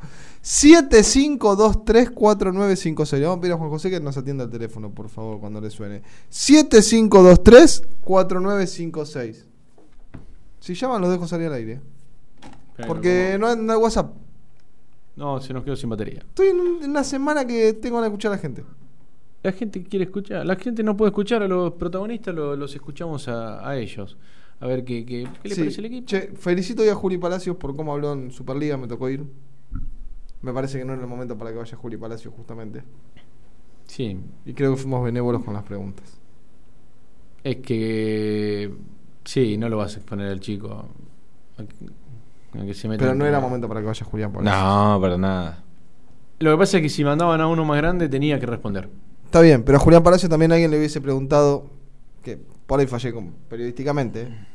F: 75234956. Le Vamos a pedir a Juan José que nos atienda el teléfono, por favor, cuando le suene. 75234956. Si llaman, los dejo salir al aire. Porque no hay, no hay WhatsApp.
G: No, se nos quedó sin batería.
F: Estoy en un- en una semana que tengo que escuchar a la gente.
G: La gente quiere escuchar. La gente no puede escuchar a los protagonistas, lo- los escuchamos a, a ellos. A ver qué, qué- qué le
F: Sí.
G: parece el equipo.
F: Che, felicito hoy a Juli Palacios por cómo habló en Superliga, me tocó ir. Me parece que no era el momento para que vaya Juli Palacios, justamente.
G: Sí.
F: Y creo que fuimos benévolos con las preguntas.
G: Es que. Sí, no lo vas a exponer al chico. a que- a que se meta
F: Pero
G: en-
F: no era momento para que vaya Julián Palacios.
H: No, para nada.
G: Lo que pasa es que si mandaban a uno más grande tenía que responder.
F: Está bien, pero a Julián Palacios también alguien le hubiese preguntado, que por ahí fallé como periodísticamente. ¿eh?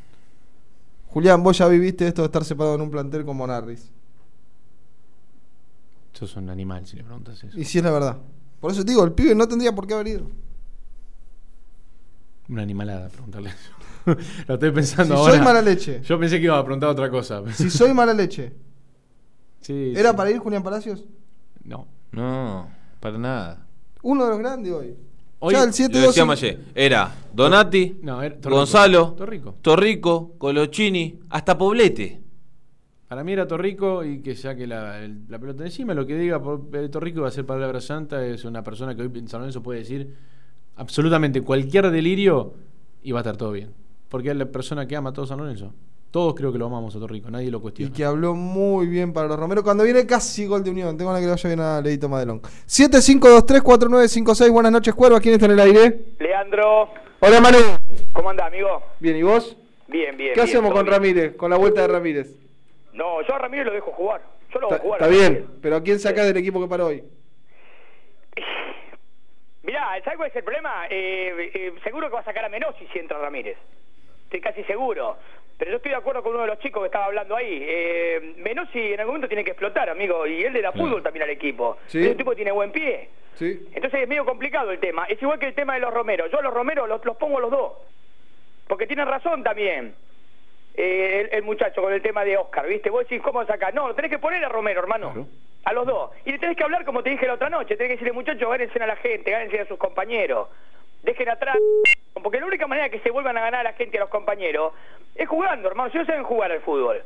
F: Julián, vos ya viviste esto de estar separado en un plantel como Narris.
G: Sos un animal si le preguntas eso.
F: Y si es la verdad. Por eso te digo, el pibe (laughs) no tendría por qué haber ido.
G: Una animalada preguntarle eso. (laughs) lo estoy pensando
F: Si
G: ahora.
F: soy mala (laughs) leche.
G: Yo pensé que iba a preguntar otra cosa.
F: Si soy mala leche,
G: Sí,
F: ¿era
G: sí.
F: para ir Julián Palacios?
G: No.
H: No, para nada.
F: Uno de los grandes hoy.
H: Hoy
F: ya el 7
H: lo decíamos ayer. Era Donati,
G: No, era Torrico.
H: Gonzalo,
G: Torrico.
H: Torrico, Colochini, hasta Poblete.
G: Para mí era Torrico y que saque la, el- la pelota de encima. Lo que diga por- eh, Torrico va a ser palabra santa. Es una persona que hoy en San Lorenzo puede decir absolutamente cualquier delirio y va a estar todo bien. Porque es la persona que ama a todo San Lorenzo. Todos creo que lo amamos a Torrico, nadie lo
F: Y
G: cuestiona.
F: que habló muy bien para los Romero. Cuando viene casi gol de Unión. Tengo la que le vaya bien a Leito Madelón. 75234956. Buenas noches, Cuerva. ¿Quién está en el aire?
P: Leandro,
F: Hola, Manu.
P: ¿cómo anda, amigo?
F: Bien, ¿y vos?
P: Bien, bien.
F: ¿Qué
P: bien,
F: hacemos
P: todo
F: con
P: bien.
F: Ramírez? Con la vuelta de Ramírez.
P: No, yo a Ramírez lo dejo jugar. Yo lo hago
F: Está,
P: jugar.
F: está
P: a Ramírez.
F: bien, pero ¿a quién sacás del equipo que para hoy?
P: Mirá, ¿sabes cuál es el problema? Eh, eh, seguro que va a sacar a Menossi si entra Ramírez. Estoy casi seguro. Pero yo estoy de acuerdo con uno de los chicos que estaba hablando ahí. Eh, Menossi en algún momento tiene que explotar, amigo. Y él le da fútbol también al equipo.
F: Sí.
P: Ese tipo tiene buen pie.
F: Sí.
P: Entonces es medio complicado el tema. Es igual que el tema de los romeros. Yo a los romeros los, los pongo a los dos. Porque tienen razón también. eh, el, el muchacho con el tema de Oscar, ¿viste? Vos decís, ¿cómo sacar? No, lo tenés que poner a Romero, hermano. A los dos. Y le tenés que hablar como te dije la otra noche. Tenés que decirle, muchachos, gánense a la gente, gánense a sus compañeros. Dejen atrás. Porque la única manera que se vuelvan a ganar a la gente y a los compañeros es jugando, hermano. Si no saben jugar al fútbol.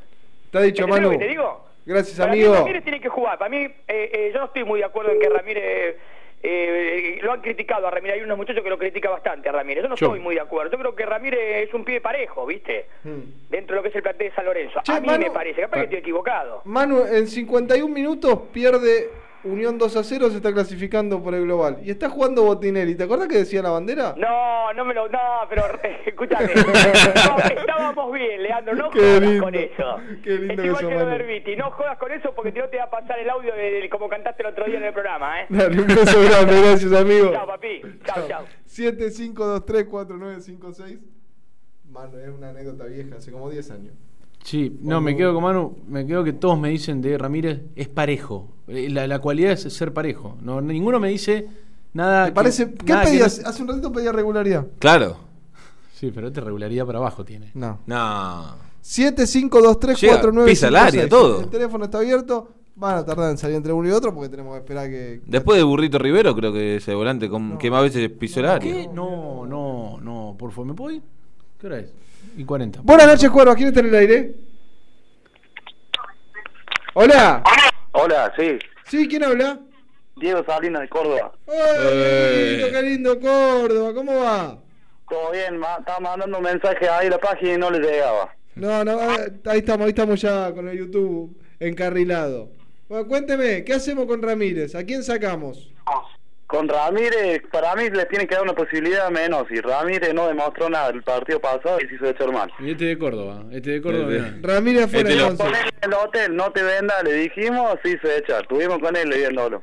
F: Está dicho,
P: ¿Entendés
F: Manu.
P: lo que te digo?
F: Gracias,
P: Para mí
F: amigo.
P: Ramírez tiene que jugar. Para mí, eh, eh, yo no estoy muy de acuerdo en que Ramírez... eh, eh, lo han criticado a Ramírez. Hay unos muchachos que lo critica bastante a Ramírez. Yo no
F: Yo.
P: estoy muy de acuerdo. Yo creo que Ramírez es un pibe parejo, ¿viste? Dentro de lo que es el plantel de San Lorenzo.
F: Mm. Che,
P: a mí
F: Manu-
P: me parece. Capaz que estoy equivocado.
F: Manu, en 51 minutos pierde Unión 2 a 0, se está clasificando por el global. Y está jugando Botinelli. ¿Te acordás que decía la bandera?
P: No, no me lo. No, pero (laughs) re-
F: (laughs)
P: escúchame. No, estábamos bien, Leandro. No
F: Qué
P: jodas
F: lindo.
P: con eso.
F: Qué lindo
P: es
F: que
P: igual
F: sos,
P: que lo
F: Manu.
P: de Herbiti. No jodas con eso porque si no te va a pasar el audio de, como cantaste el otro día en el programa, ¿eh?
F: Dale, un beso grande, gracias, amigo.
P: Chao, papi. Chao, chao.
F: 75234956. Manu, es una anécdota vieja, hace como 10 años.
G: Sí, no, me quedo con Manu, me quedo que todos me dicen de Ramírez es parejo. Eh, La, la cualidad es ser parejo. No, ninguno me dice nada. que-
F: Parece, ¿Qué
G: nada que
F: pedías?
G: no-
F: Hace un ratito pedía regularidad.
H: Claro.
G: Sí, pero esta regularidad para abajo tiene.
F: No.
H: No.
F: 75234956.
H: Llega, pisa el área, todo.
F: El teléfono está abierto. Van a tardar en salir entre uno y otro porque tenemos que esperar que.
H: Después de Burrito Rivero, creo que es el volante con- que más veces pisó el área.
G: ¿Qué? No, no, no, por favor, ¿me puedo ir? ¿Qué hora es? Y 40.
F: Buenas noches, Cuervo. ¿Quién está en el aire? Hola.
Q: Hola, sí.
F: Sí, ¿quién habla?
Q: Diego Salinas de Córdoba.
F: ¡Ay, lindo, qué lindo, Córdoba! ¿Cómo va?
Q: Todo bien, ma- estaba mandando un mensaje ahí a la página y no le llegaba.
F: No, no, ah, ahí estamos, ahí estamos ya con el YouTube encarrilado. Bueno, cuénteme, ¿qué hacemos con Ramírez? ¿A quién sacamos?
Q: Con Ramírez, para mí le tiene que dar una posibilidad menos. Y Ramírez no demostró nada el partido pasado y se hizo echar mal.
G: Y este de Córdoba, este de Córdoba. mirá.
F: Ramírez
G: fuera,
Q: Este lo
G: entonces.
Q: ponés en el hotel, no te venda, le dijimos, se hizo echar. Estuvimos con él viéndolo.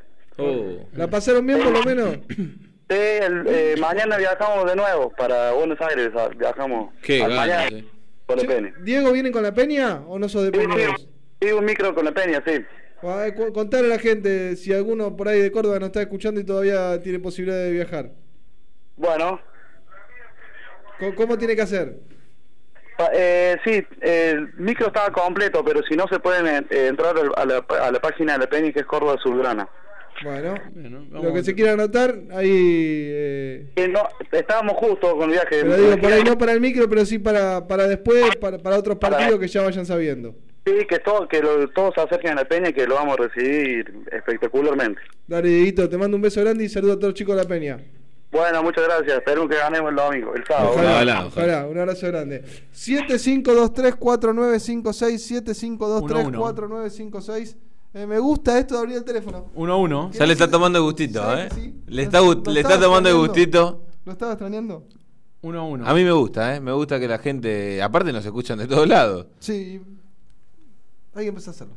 F: ¿La pasaron bien por lo menos?
Q: Sí, el- eh, mañana viajamos de nuevo para Buenos Aires. a- Viajamos.
H: Qué
Q: al
H: ganas,
Q: mañana
H: eh.
Q: Con la peña.
F: ¿Diego vienen con la peña o no sos de Peñeros?
Q: Sí, un micro con la peña, sí.
F: Ah, eh, cu- Contale a la gente si alguno por ahí de Córdoba nos está escuchando y todavía tiene posibilidad de viajar.
Q: Bueno,
F: Co- ¿Cómo tiene que hacer?
Q: Pa- Eh, sí, el micro estaba completo, pero si no se pueden eh, entrar al- a la, a la página de la PENI que es Córdoba Subgrana.
F: Bueno,
G: vamos
F: lo que
G: a-
F: se quiera anotar, ahí... eh,
Q: Eh, no, estábamos justo con el viaje.
F: Pero digo, por ahí no para el micro, pero sí para, para después, para, para otros partidos que ya vayan sabiendo.
Q: Sí, que, todo, que lo- todos se acerquen a la peña y que lo vamos a recibir espectacularmente.
F: Dale, Dieguito, te mando un beso grande y saludo a todos los chicos de la peña.
Q: Bueno, muchas gracias. Esperemos que ganemos el domingo, el sábado.
F: Ojalá, ojalá, un abrazo grande. 75234956 75234956. Eh, me gusta esto de abrir el teléfono.
G: Uno a uno.
H: Ya le está tomando gustito, ¿eh? Le está, gust- le está tomando gustito.
F: ¿Lo estaba extrañando?
G: Uno a uno.
H: A mí me gusta, ¿eh? Me gusta que la gente. Aparte, nos escuchan de todos lados.
F: Sí. Hay que empezar a hacerlo.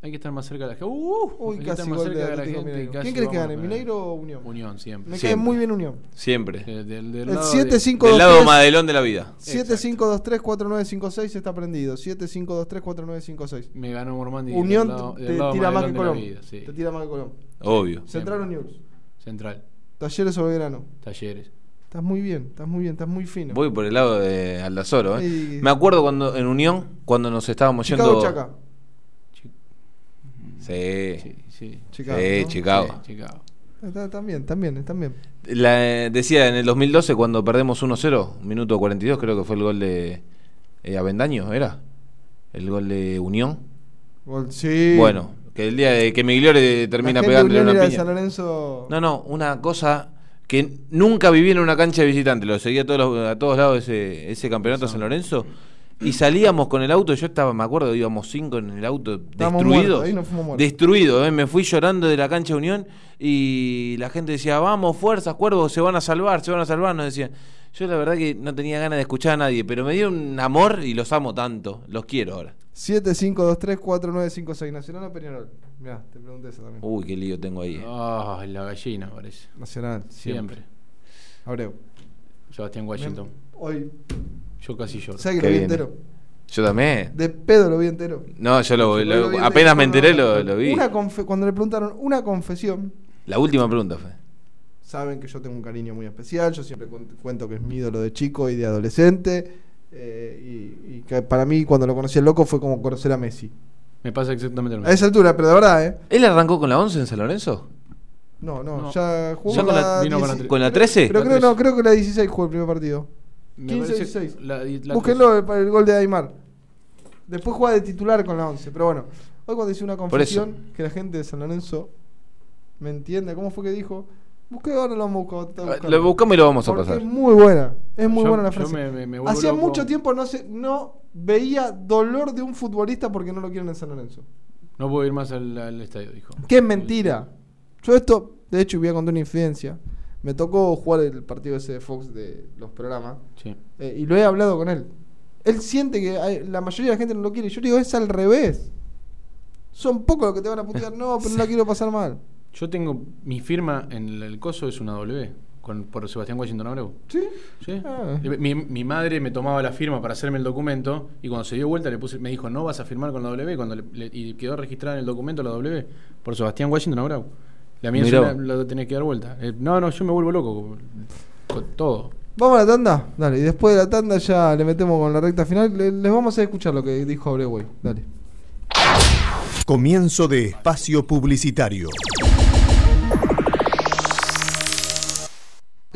G: Hay que estar más cerca de la gente. Uh,
F: Uy,
G: hay que
F: casi
G: estar más
F: gol de
G: cerca de la
F: Atlético
G: gente.
F: Mineiro.
G: casi
F: ¿Quién crees que
G: vamos
F: gane,
G: a perder.
F: Mineiro o Unión?
G: Unión, siempre.
F: Me cae
G: Siempre.
F: muy bien Unión.
H: Siempre.
F: El lado de-
H: Del
F: 7523.
H: lado madelón de la vida.
F: 75234956 está prendido. 75234956.
G: Me ganó Mormandi. del
F: Unión
G: lado- del
F: te
G: lado
F: tira más que
G: madelón de la
F: Colón.
G: vida, sí.
F: Te tira más que Colón.
H: Obvio.
F: Central o News.
G: Central.
F: Talleres o Belgrano.
G: Talleres.
F: Estás muy bien, estás muy bien, estás muy fino.
H: Voy por el lado de Aldazoro, ¿eh?
F: Sí.
H: Me acuerdo cuando en Unión, cuando nos estábamos
F: Chicago
H: yendo.
F: Chaca.
H: Sí. Sí,
F: Chicago,
H: Sí,
F: ¿no?
H: Chicago.
F: Está- Están bien, están bien, están bien.
H: La, eh, decía en el 2012 cuando perdemos 1-0, minuto 42, creo que fue el gol de eh, Avendaño, ¿era? El gol de Unión.
F: Gol- sí.
H: Bueno, que el día de que Migliore
F: La
H: termina
F: gente
H: pegándole
F: de Unión
H: una
F: era de
H: piña.
F: San Lorenzo.
H: No, no, una cosa que nunca viví en una cancha de visitante. Lo seguía a todos, los- a todos lados ese, ese campeonato de San Lorenzo. Y salíamos con el auto, yo estaba, me acuerdo, íbamos cinco en el auto,
F: Estábamos
H: destruidos.
F: muertos, ahí nos fuimos muertos.
H: destruido, ¿eh? me fui llorando de la cancha de Unión y la gente decía, vamos, fuerzas, cuervos, se van a salvar, se van a salvar, nos decían. Yo la verdad que no tenía ganas de escuchar a nadie, pero me dieron un amor y los amo tanto, los quiero ahora.
F: 75234956 Nacional o Peñarol. Mirá, te pregunté eso también.
H: Uy, qué lío tengo ahí.
G: Ah, la gallina, parece.
F: Nacional, siempre.
G: Siempre.
F: Abreu.
G: Sebastián Washington.
F: Hoy.
G: Yo casi lloro.
F: ¿Sabes que
H: Qué
F: lo vi
H: bien.
F: entero?
H: Yo también.
F: De pedo lo vi entero.
H: No, yo lo,
F: Lo
H: lo-
F: vi entero.
H: apenas me enteré lo, lo vi.
F: Una confe- cuando le preguntaron una confesión,
H: La última pregunta fue.
F: saben que yo tengo un cariño muy especial. Yo siempre cuen- cuento que es mi ídolo de chico y de adolescente. eh, y, y que para mí, cuando lo conocí al loco, fue como conocer a Messi.
G: Me pasa exactamente lo mismo.
F: A esa altura, pero de verdad, ¿eh?
H: ¿Él arrancó con la 11 en San Lorenzo?
F: No, no, ya jugó
H: Ya con la- vino con la
F: 16.
H: tre- ¿Con la 13?
F: Pero
H: La
F: creo, no, creo que la 16 jugó el primer partido.
G: Me
F: 15
G: parece
F: 16.
G: la- la-
F: Búsquenlo el, el gol de Aymar. Después juega de titular con la 11, pero bueno. Hoy cuando hice una
H: eso.
F: confesión que la gente de San Lorenzo me entienda, ¿cómo fue que dijo? Busqué ahora lo vamos a buscar. está buscando.
H: Ah, Lo buscamos y lo vamos a
F: Porque
H: pasar.
F: Es muy buena, es muy
G: Yo-
F: buena la
G: yo
F: frase. Ah.
G: me- me- me vuelvo
F: Hacía
G: loco.
F: mucho tiempo no se, no veía dolor de un futbolista porque no lo quieren en San Lorenzo.
G: No puedo ir más al, al estadio, dijo.
F: ¡Qué mentira! Yo esto, de hecho, voy a contar una infidencia. Me tocó jugar el partido ese de Fox de los programas.
G: Sí.
F: Eh, y lo he hablado con él. Él siente que hay- la mayoría de la gente no lo quiere. Yo le digo, es al revés. Son pocos los que te van a putear. No, pero no la quiero pasar mal.
G: Yo tengo mi firma en el, el coso es una W con, por Sebastián Washington Abreu.
F: ¿Sí?
G: Sí.
F: Ah.
G: Mi, mi madre me tomaba la firma para hacerme el documento y cuando se dio vuelta le puse, me dijo no vas a firmar con la W cuando le- le- y quedó registrada en el documento la W por Sebastián Washington Abreu. La mía es
H: Mirá
G: una-
H: vos.
G: la tenés que dar vuelta. Eh, no, no, yo me vuelvo loco con, con todo.
F: ¿Vamos a la tanda? Dale, y después de la tanda ya le metemos con la recta final. Le- les vamos a hacer escuchar lo que dijo Abreu. Dale.
O: Comienzo de espacio publicitario.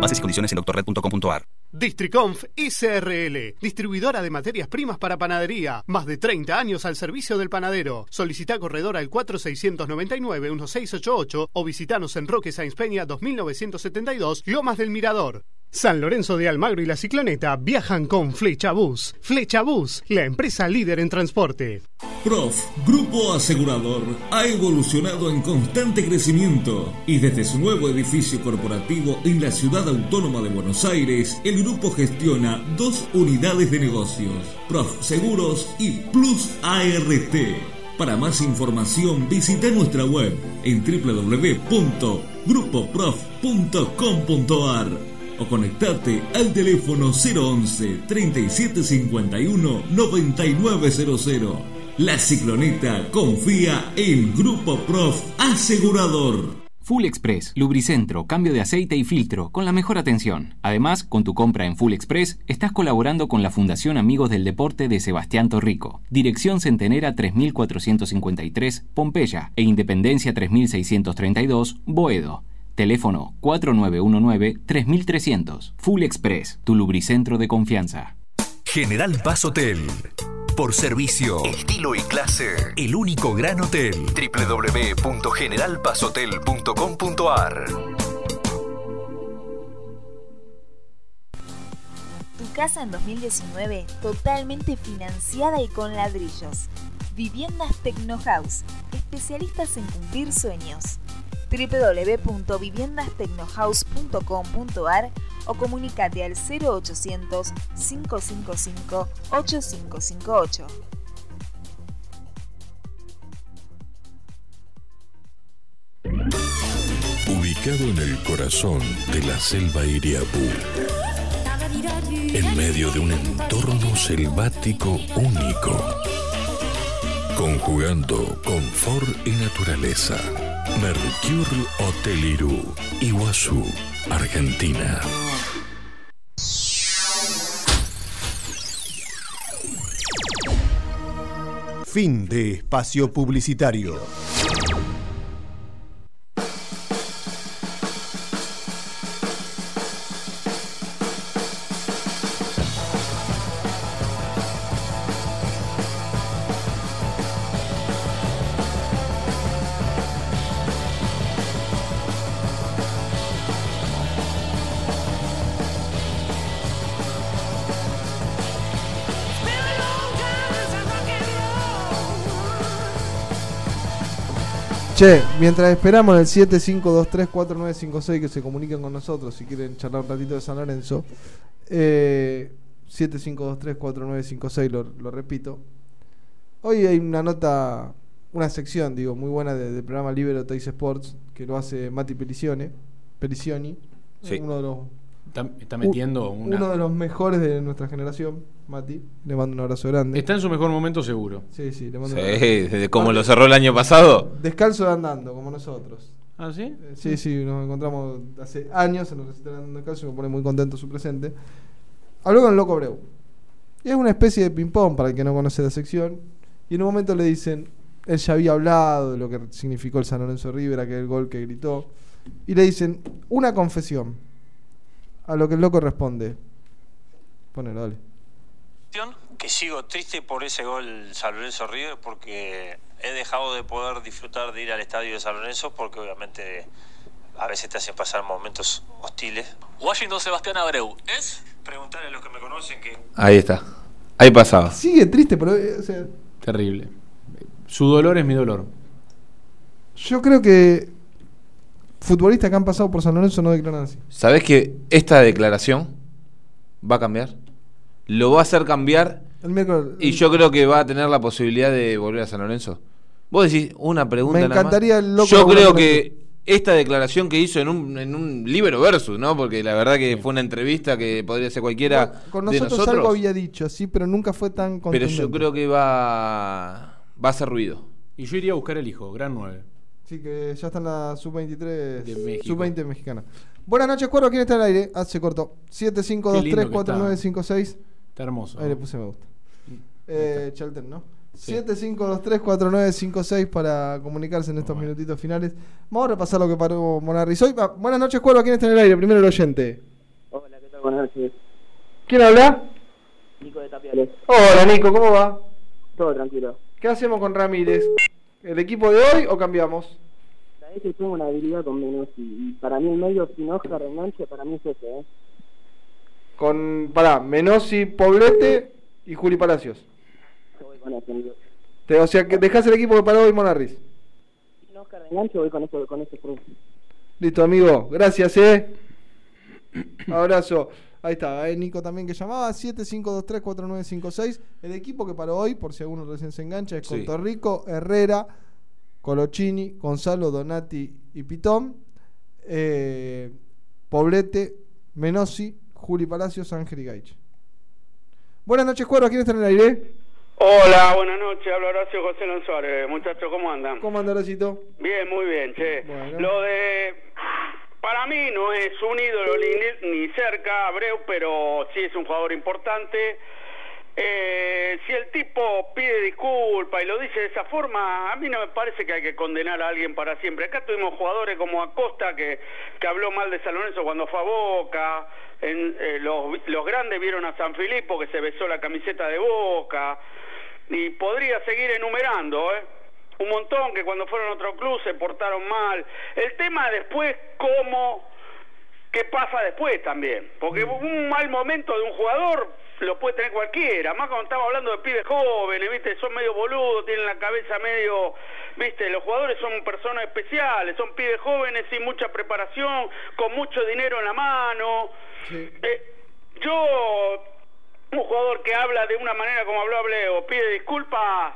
R: Bases y condiciones en doctorred.com.ar.
I: Districonf SRL, distribuidora de materias primas para panadería, más de 30 años al servicio del panadero. Solicita corredor al 4699-1688 o visitanos en Roque Sáenz Peña 2972, Lomas del Mirador. San Lorenzo de Almagro y la Cicloneta viajan con Flecha Bus. Flecha Bus, la empresa líder en transporte.
J: Prof, Grupo Asegurador, ha evolucionado en constante crecimiento y desde su nuevo edificio corporativo en la ciudad autónoma de Buenos Aires, el grupo gestiona dos unidades de negocios, Prof Seguros y Plus ART. Para más información visita nuestra web en www.grupoprof.com.ar o conectate al teléfono 011 3751 9900. La cicloneta confía en Grupo Prof Asegurador.
K: Full Express, lubricentro, cambio de aceite y filtro, con la mejor atención. Además, con tu compra en Full Express, estás colaborando con la Fundación Amigos del Deporte de Sebastián Torrico. Dirección Centenera 3453, Pompeya, e Independencia 3632, Boedo. Teléfono 4919-3300. Full Express, tu lubricentro de confianza.
L: General Paz Hotel. Por servicio, estilo y clase. El único gran hotel. www.generalpazhotel.com.ar
M: Tu casa en 2019 totalmente financiada y con ladrillos. Viviendas Tecnohouse, especialistas en cumplir sueños. www.viviendastecnohouse.com.ar o comunicate al 0800 555 8558.
N: Ubicado en el corazón de la selva Iriapú, en medio de un entorno selvático único, conjugando confort y naturaleza. Mercure Hotel Irú, Iguazú, Argentina.
O: Fin de espacio publicitario.
F: Che, mientras esperamos el 75234956 que se comuniquen con nosotros si quieren charlar un ratito de San Lorenzo. Eh, 75234956, lo, lo repito. Hoy hay una nota, una sección, digo, muy buena de- del programa Libero Teis Sports que lo hace Mati Pelicione, Pelicioni,
G: Sí.
F: uno de los
G: Está, está
F: Uh.
G: metiendo
F: u-
G: una.
F: uno de los mejores de nuestra generación, Mati. Le mando un abrazo grande.
G: Está en su mejor momento seguro.
F: Sí, sí, le
H: Sí,
F: mando un abrazo.
H: desde cómo lo cerró el año pasado.
F: Descalzo de andando, como nosotros. Eh,
G: ¿Ah, sí?
F: sí, sí, nos encontramos hace años en los recitales de Andando Descalzo y me pone muy contento su presente. Habló con Loco Breu. Y es una especie de ping-pong para el que no conoce la sección. Y en un momento le dicen, él ya había hablado de lo que significó el San Lorenzo River, aquel gol que gritó. Y le dicen, una confesión. A lo que el loco responde. Ponelo, dale.
S: que sigo triste por ese gol San Lorenzo River porque he dejado de poder disfrutar de ir al estadio de San Lorenzo porque obviamente a veces te hacen pasar momentos hostiles. Washington Sebastián Abreu es preguntarle a los que me conocen que
H: Ahí está. Ahí pasaba.
F: Sigue triste, pero... eh, o sea,
G: Terrible. Su dolor es mi dolor.
F: yo creo que futbolistas que han pasado por San Lorenzo no declaran así.
H: ¿Sabés que esta declaración va a cambiar? Lo va a hacer cambiar
F: El miércoles-
H: y yo creo que va a tener la posibilidad de volver a San Lorenzo. Vos decís una pregunta.
F: Me
H: nada más.
F: encantaría el loco
H: Yo
F: volver a
H: creo
F: San
H: que esta declaración que hizo en un, en un libro versus, ¿no? Porque la verdad que fue una entrevista que podría ser cualquiera
F: Con
H: de
F: nosotros,
H: nosotros.
F: algo había dicho, sí, pero nunca fue tan
H: pero
F: contundente.
H: yo creo que va, va a hacer ruido.
G: Y yo iría a buscar al hijo, gran 9.
F: Sí, que ya está en la sub-23.
G: México.
F: Sub-20 mexicana. Buenas noches, Cuervo. ¿Quién está al aire? Ah, se cortó.
G: Qué lindo que
F: 75234956.
G: Está hermoso.
F: Ahí le puse me gusta. Eh, Chelten, ¿no?
G: Sí.
F: 75234956 para comunicarse en estos minutitos finales. Vamos a repasar lo que paró Monarriz hoy. Ah, Buenas noches, Cuervo. ¿Quién está en el aire? Primero el oyente.
T: Buenas noches,
F: ¿Quién habla?
T: Nico de Tapiales.
F: Hola, Nico. ¿Cómo va?
T: Todo tranquilo.
F: ¿Qué hacemos con Ramírez? ¿El equipo de hoy o cambiamos?
T: La vez que tengo una habilidad con Menosi y para mí el medio sin hoja renganche para mí es ese, ¿eh?
F: Con, pará, Menossi, Poblete y Juli Palacios.
T: Yo voy con este ese, Nico.
F: Te- o sea, que dejás el equipo que paró hoy Monarriz.
T: Sin hoja renganche voy con ese, con este ese tres.
F: Listo, amigo. Gracias, eh. Abrazo. Ahí está, eh, Nico también que llamaba. 75234956. El equipo que paró hoy, por si alguno recién se engancha, es con
U: Sí.
F: Torrico, Herrera, Colochini, Gonzalo, Donati y Pitón. Eh, Poblete, Menossi, Juli Palacios, Ángel y Gaich. Buenas noches, Cuervo. ¿Quién está en el aire?
B: Hola, buenas noches. Habla Horacio José Lón Suárez. Muchachos, ¿cómo andan?
F: ¿Cómo anda, Horacito?
B: Bien, muy bien, che.
F: Bueno.
B: Lo de. Para mí no es un ídolo ni, ni cerca, Abreu, pero sí es un jugador importante. Eh, si el tipo pide disculpa y lo dice de esa forma, a mí no me parece que hay que condenar a alguien para siempre. Acá tuvimos jugadores como Acosta que, que habló mal de San Lorenzo cuando fue a Boca. En, eh, los, los grandes vieron a San Filipo que se besó la camiseta de Boca. Y podría seguir enumerando, ¿eh? Un montón que cuando fueron a otro club se portaron mal. El tema después, cómo, qué pasa después también. Porque un mal momento de un jugador lo puede tener cualquiera. Más cuando estamos hablando de pibes jóvenes, ¿viste? Son medio boludos, tienen la cabeza medio. ¿Viste? Los jugadores son personas especiales, son pibes jóvenes sin mucha preparación, con mucho dinero en la mano. Eh, yo, un jugador que habla de una manera como habló Ableo, pide disculpas,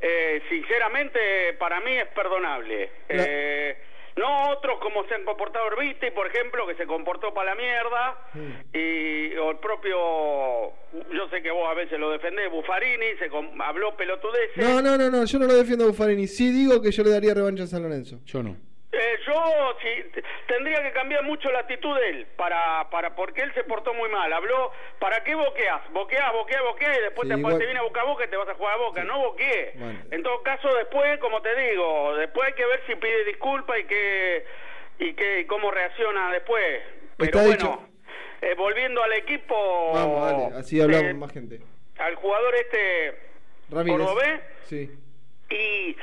B: eh, sinceramente para mí es perdonable. Eh, no otros como se han comportado Orbiti, por ejemplo, que se comportó para la mierda, y o el propio, yo sé que vos a veces lo defendés, Buffarini, se com- habló pelotudeces.
F: No, no, no, no, yo no lo defiendo a Buffarini. Sí digo que yo le daría revancha a San Lorenzo.
G: Yo no.
B: Eh, yo sí, t- tendría que cambiar mucho la actitud de él, para, para, porque él se portó muy mal. Habló, ¿para qué boqueas? Boqueas, boqueas, boqueas, y después
F: Sí,
B: te,
F: igual-
B: te viene a buscar boca y te vas a jugar a boca. No boquees.
F: Bueno.
B: En todo caso, después, como te digo, después hay que ver si pide disculpa y que, y que, y cómo reacciona después. Pero
F: Está
B: bueno,
F: dicho.
B: eh, volviendo al equipo, eh,
F: Vamos, dale, así hablamos más gente.
B: al jugador este
F: Ramírez.
B: Cordobés.
F: Sí.
B: y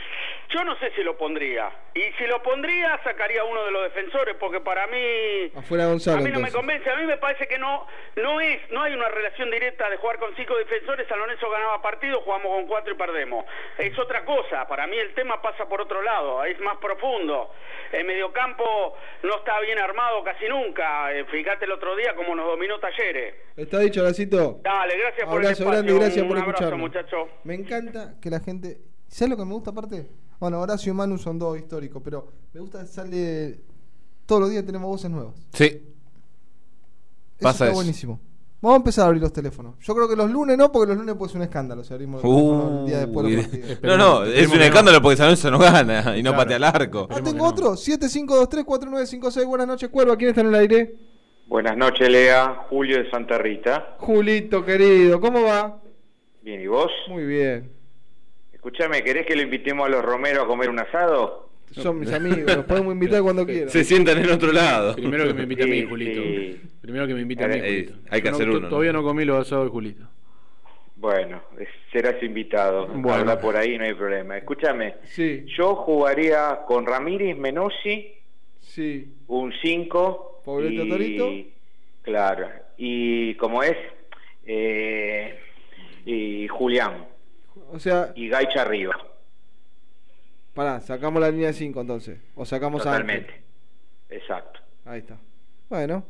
B: yo no sé si lo pondría. Y si lo pondría, sacaría a uno de los defensores, porque para mí
F: Afuera Gonzalo.
B: a mí no me
F: entonces.
B: convence, a mí me parece que no no es no hay una relación directa de jugar con cinco defensores, San Lorenzo ganaba partido, jugamos con cuatro y perdemos. Es otra cosa, para mí el tema pasa por otro lado, es más profundo. El mediocampo no está bien armado casi nunca, eh, fíjate el otro día como nos dominó Talleres.
F: Está dicho, Horacito.
B: Dale, gracias por el
F: Abrazo
B: espacio,
F: grande y gracias
B: un
F: por
B: abrazo
F: escucharnos.
B: muchachos.
F: Me encanta que la gente. ¿Sabes lo que me gusta aparte? Bueno, Horacio y Manu son dos históricos, pero me gusta sale. Todos los días tenemos voces nuevas. Eso
H: Sí. Pasa
F: está
H: eso.
F: buenísimo. Vamos a empezar a abrir los teléfonos. Yo creo que los lunes no, porque los lunes puede ser un escándalo. Si abrimos
H: Uh,
F: los teléfonos el día después de los
H: Uy,
F: partidos.
H: no, no, es un escándalo porque San Lorenzo no gana y no
F: Claro.
H: patea al arco.
F: Ah, tengo otro. 7523-4956. Buenas noches, Cuerva. ¿Quién está en el aire?
U: Buenas noches, Lea. Julio de Santa Rita.
F: Julito, querido. ¿Cómo va?
U: Bien, ¿y vos?
F: Muy bien.
U: Escuchame, ¿querés que lo invitemos a los Romero a comer un asado?
F: Son mis amigos. Los podemos
H: (laughs)
F: invitar cuando quieran.
H: Se sientan en otro lado.
G: Primero que me invite a mí,
U: Sí,
G: Julito.
U: sí.
G: Primero que me invite a mí,
U: Ahora, eh,
G: Julito.
U: hay que
G: Yo no-
U: hacer
G: to-
U: uno,
G: Todavía no comí los asados de Julito.
U: Bueno, es- serás invitado.
G: Bueno.
U: Habla por ahí, no hay problema. Escúchame,
F: Sí,
U: yo jugaría con Ramírez, Menossi,
F: sí.
U: un 5.
F: Pablito
U: y-
F: Torito.
U: Claro. Y como es, eh, y Julián.
F: O sea,
U: Y Gaicha arriba.
F: pará, sacamos la línea 5 entonces. O sacamos a.
U: Totalmente. Exacto.
F: Ángel. Ahí está. Bueno.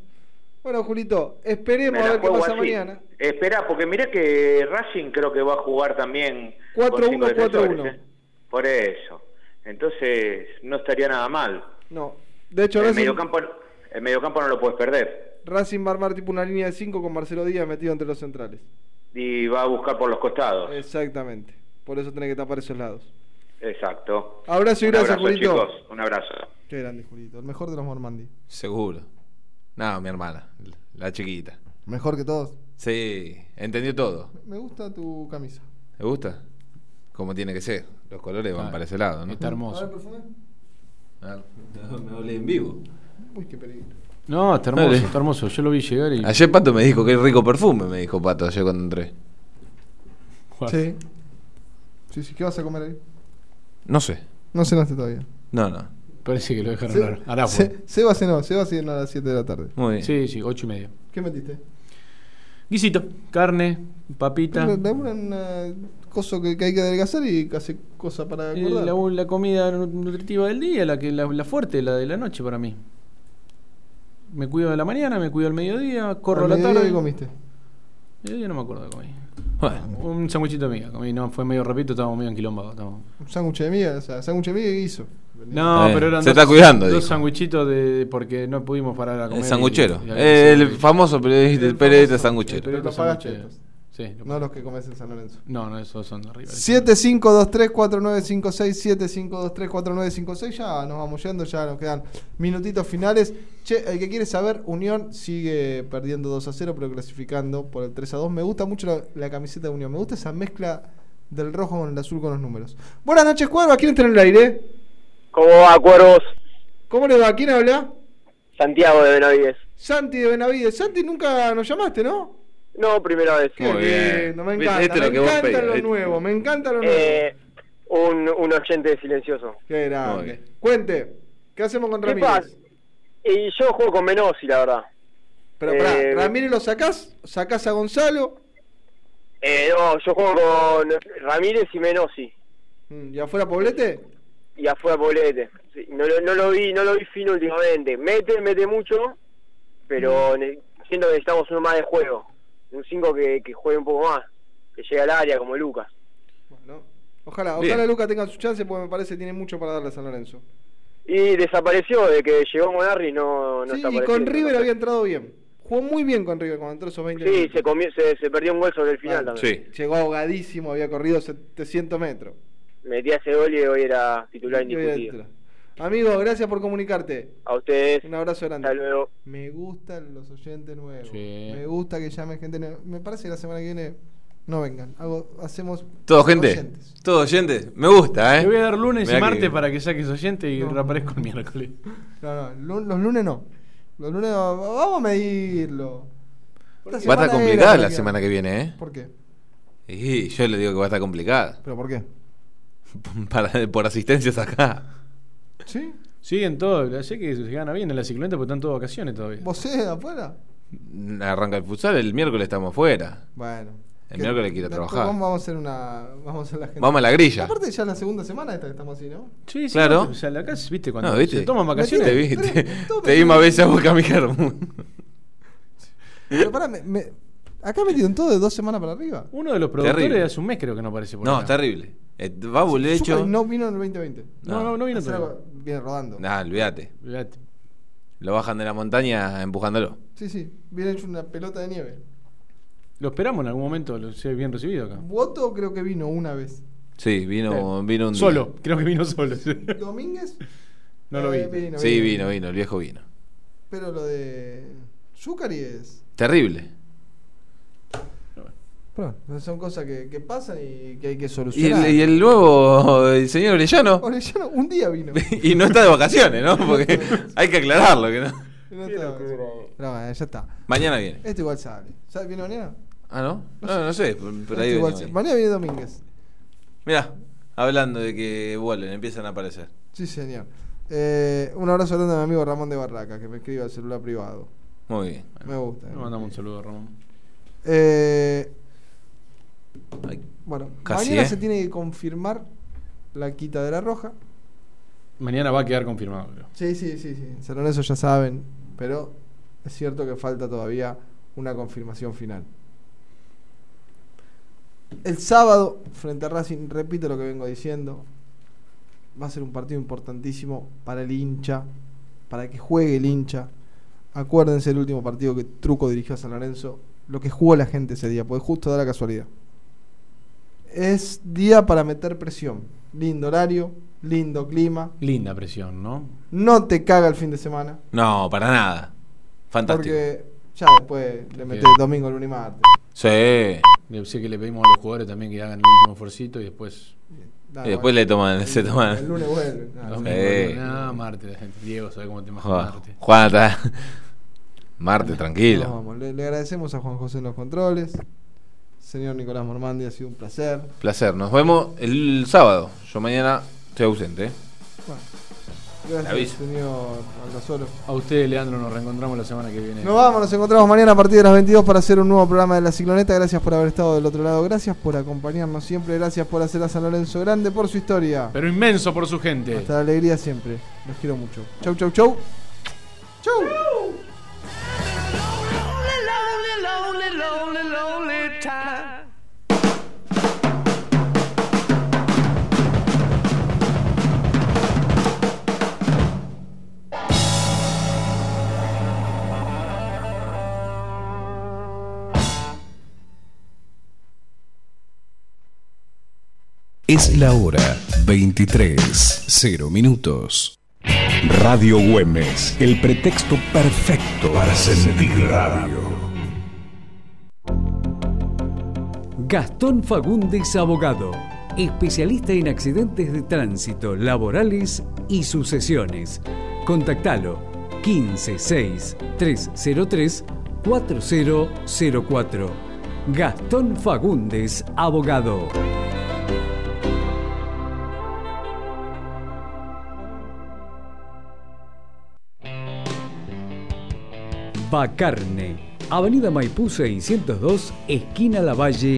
F: Bueno, Julito, esperemos
U: Me
F: a
U: la
F: ver qué
U: juego
F: pasa
U: así.
F: mañana.
U: Esperá, porque mirá que Racing creo que va a jugar también. con
F: 4-1,
U: cinco defensores,
F: 4-1.
U: ¿eh? Por eso. Entonces, no estaría nada mal.
F: No. De hecho,
U: el,
F: Racing,
U: mediocampo, el mediocampo no lo puedes perder.
F: Racing va a armar tipo una línea de 5 con Marcelo Díaz metido entre los centrales.
U: Y va a buscar por los costados.
F: Exactamente. Por eso tiene que tapar esos lados.
U: Exacto.
F: Abrazo y
U: Un
F: gracias,
U: abrazo,
F: Julito.
U: chicos. Un abrazo.
F: Qué grande, Julito. El mejor de los Mormandi.
H: Seguro. No, mi hermana, la chiquita.
F: Mejor que todos.
H: Sí, entendió todo.
F: Me gusta tu camisa.
H: ¿Le gusta? Como tiene que ser. Los colores van para ese lado, ¿no?
G: Ah, Está hermoso.
H: Me hablé en vivo.
F: Uy, qué peligro.
G: No, está hermoso,
H: Dale.
G: está hermoso. Yo lo vi llegar y.
H: Ayer Pato me dijo que rico perfume, me dijo Pato ayer cuando entré.
F: Sí. Sí, sí. ¿Qué vas a comer ahí?
H: No sé.
F: No cenaste todavía.
H: No, no.
G: Parece que lo dejaron
F: Se-
G: hablar. Ahora fue.
F: Se- Seba cenó. Seba cenó a las 7 de la tarde.
H: Muy bien.
G: Sí, sí, ocho y media.
F: ¿Qué metiste?
G: Guisito, carne, papita.
F: Una, una- una cosa que, que hay que adelgazar y hace cosa para
G: Eh,
F: acordar.
G: La, la comida nu- nutritiva del día, la que la, la fuerte, la de la noche para mí. Me cuido de la mañana, me cuido al mediodía,
F: Al
G: corro a la
F: mediodía,
G: tarde.
F: ¿qué comiste?
G: Yo no me acuerdo de comí. Un sanguchito de miga comí, no, fue medio repito, estábamos medio en quilombo. estábamos-
F: Un sándwich de miga, o sea, sándwich de miga y guiso.
G: No,
H: Eh,
G: pero eran
H: se
G: dos,
H: está cuidando,
G: dos
H: dijo.
G: sanguchitos de, porque no pudimos parar a comer.
H: El sanguchero.
G: y- y-
H: el famoso periodista, el periodista sanguchero.
G: periodista
F: Pero lo pagaste
G: sanguchero. Sí, lo-
F: No los que comes en San Lorenzo.
G: no, no, esos son de River.
F: 7523-4956, 7523-4956. Ya nos vamos yendo, ya nos quedan minutitos finales. Che, el que quiere saber, Unión sigue perdiendo 2 a 0, pero clasificando por el 3 a 2. Me gusta mucho la, la camiseta de Unión, me gusta esa mezcla del rojo con el azul con los números. Buenas noches, Cuerva, ¿quién está en el aire?
A: ¿Cómo va, Cuervos?
F: ¿Cómo le va? ¿Quién habla?
A: Santiago de Benavides.
F: Santi de Benavides. Santi, nunca nos llamaste, ¿no?
A: No, primera vez.
F: Qué lindo, me encanta. me encanta lo nuevo, me encanta lo nuevo.
A: Eh, un, un oyente silencioso.
F: Qué grande. Cuente, ¿qué hacemos con
A: ¿Qué
F: Ramírez?
A: pasa? Y yo juego con Menossi, la verdad.
F: Pero pará,
A: Eh,
F: Ramírez lo sacás, sacás a Gonzalo
A: Eh, no, yo juego con Ramírez y Menossi.
F: mm, y afuera Poblete.
A: Y afuera Poblete. Sí, no, lo- no lo vi, no lo vi fino últimamente. Mete, mete mucho,
F: Mm.
A: pero ne- siento que necesitamos uno más de juego. Un 5 que, que juegue un poco más. Que llegue al área como Lucas.
F: Ojalá,
A: Bien.
F: ojalá Lucas tenga su chance porque me parece que tiene mucho para darle a San Lorenzo.
A: Y desapareció de que llegó Monarri, no, no
F: sí,
A: está
F: y con
A: apareciendo.
F: River había entrado bien. Jugó muy bien con River cuando entró esos 20
A: Sí,
F: minutos.
A: se, comió- se, se perdió un gol sobre el
F: Ah,
A: final también.
F: Llegó ahogadísimo, había corrido 700 metros.
A: Metía ese gol y hoy era titular
F: Y hoy era
A: indiscutido.
F: Amigo, gracias por comunicarte.
A: A ustedes.
F: Un abrazo grande.
A: Hasta luego.
F: Me gustan los oyentes nuevos.
A: Sí.
G: Eh,
F: Me gusta que llamen gente nueva. Me parece que la semana que viene no vengan. Hago- hacemos
H: Todo gente.
F: oyentes.
H: Todo oyente. Me gusta, ¿eh?
G: Te voy a dar lunes
H: Mirá
G: y
H: que-
G: martes para que saques oyente y
F: No.
G: reaparezco el miércoles.
F: No, no, lu- los lunes no. Los lunes va- va- vamos a medirlo. Esta
H: Va a
F: semana
H: estar complicada
F: era
H: la semana que viene, ¿eh?
F: ¿Por qué?
H: Y yo le digo que va a estar complicada. (laughs)
F: ¿Pero por qué?
H: Para- por asistencias acá.
F: ¿Sí?
G: Siguen todo. Sé que se gana bien en la cicloneta porque están todos vacaciones todavía.
F: ¿Vos sé afuera?
H: Arranca el futsal, el miércoles estamos afuera.
F: Bueno.
H: El miércoles quiero
F: Después
H: trabajar.
F: Vamos, vamos a hacer una. Vamos a hacer la gente.
H: Vamos a la grilla.
F: Aparte, ya es la segunda semana esta que estamos así, ¿no?
G: Sí, sí,
H: Claro.
G: no, O sea, acá, viste, cuando
H: No, ¿viste?
G: se toman vacaciones.
H: Te vi, te- te vi más veces a vos que a mi Germán.
F: Pero pará, me- me- acá metieron todo de dos semanas para arriba.
G: Uno de los productores
H: Terrible.
G: hace un mes creo que no aparece por
H: No,
G: acá.
H: terrible. Eh, Va
F: Supa
H: Bulecho.
F: No vino en el 2020.
H: No, no, no
G: vino
F: Hacer
G: todavía.
F: algo- Viene rodando.
H: Nah, olvídate.
G: Olvídate.
H: Lo bajan de la montaña Ah, empujándolo.
F: Sí, sí. Viene hecho una pelota de nieve.
G: Lo esperamos en algún momento, lo sea bien recibido acá.
F: Voto creo que vino una vez.
H: Sí, vino,
G: Sí.
H: vino un.
G: Solo, creo que vino solo.
F: Domínguez,
G: no lo vi.
F: Eh, vino,
H: sí,
F: vino.
H: vino, vino, el viejo vino.
F: pero lo de. Zucari es.
H: Terrible.
F: Son cosas que, que pasan y que hay que
H: Y
F: solucionar.
H: el, y el nuevo, el
F: (laughs)
H: señor Orellano.
F: Orellano un día vino.
H: (laughs) Y no está de vacaciones, ¿no?
F: (laughs)
H: Porque hay que aclararlo. Que no.
F: No estaba- Pero bueno, ya está.
H: Mañana viene.
F: Este igual sale. ¿Sale ¿Viene mañana?
H: Ah, ¿no? No, no sé. por- por ahí
F: Este igual
H: venimos
F: sale.
H: ahí.
F: Mañana viene Domínguez.
H: Mirá, hablando de que vuelven, empiezan a aparecer.
F: Sí, señor. Eh, un abrazo grande a mi amigo Ramón de Barraca, que me escribe al celular privado.
H: Muy bien.
F: Me gusta.
G: Le mandamos un saludo a Ramón.
F: Eh, bueno,
G: Casi,
F: mañana
G: ¿eh?
F: se tiene que confirmar la quita de la roja.
G: Mañana va a quedar confirmado, creo.
F: Sí, sí, sí, sí. En San Lorenzo ya saben, pero es cierto que falta todavía una confirmación final. El sábado, frente a Racing, repito lo que vengo diciendo, va a ser un partido importantísimo para el hincha, para que juegue el hincha. Acuérdense el último partido que Truco dirigió a San Lorenzo, lo que jugó la gente ese día, porque justo da la casualidad. Es día para meter presión. Lindo horario, lindo clima.
G: Linda presión, ¿no?
F: No te caga el fin de semana.
H: No, para nada. Fantástico.
F: Porque ya después le metes
G: Bien.
F: domingo, lunes y martes.
H: Sí.
G: Le- Sé que le pedimos a los jugadores también que hagan el último esforcito y después.
H: Y después le toman, se toman.
F: El lunes vuelve. Ah,
G: Domingo,
H: sí.
G: lunes, ah, martes, la gente. Diego sabe cómo te más
H: Juan-
G: Marte.
H: Juan está. Marte,
F: Nos
H: tranquilo.
F: vamos. Le, le agradecemos a Juan José en los controles. Señor Nicolás Mormandi, ha sido un placer.
H: Placer. Nos vemos el sábado. Yo mañana estoy ausente. ¿eh?
F: Gracias,
H: aviso.
F: señor Aldazoro.
G: A usted, Leandro, nos reencontramos la semana que viene.
F: Nos vamos, nos encontramos mañana a partir de las 22 para hacer un nuevo programa de La Cicloneta. Gracias por haber estado del otro lado. Gracias por acompañarnos siempre. Gracias por hacer a San Lorenzo grande por su historia.
G: Pero inmenso por su gente.
F: Hasta la alegría siempre. Los quiero mucho. Chau, chau, chau.
E: lonely, lonely, lonely time.
N: Es la hora 23, 0 minutos. Radio Güemes, el pretexto perfecto para sentir radio.
A: Gastón Fagundes Abogado, especialista en accidentes de tránsito, laborales y sucesiones. Contactalo 156 303 4004. Gastón Fagundes Abogado. Bacarne, Avenida Maipú 602, esquina Lavalle,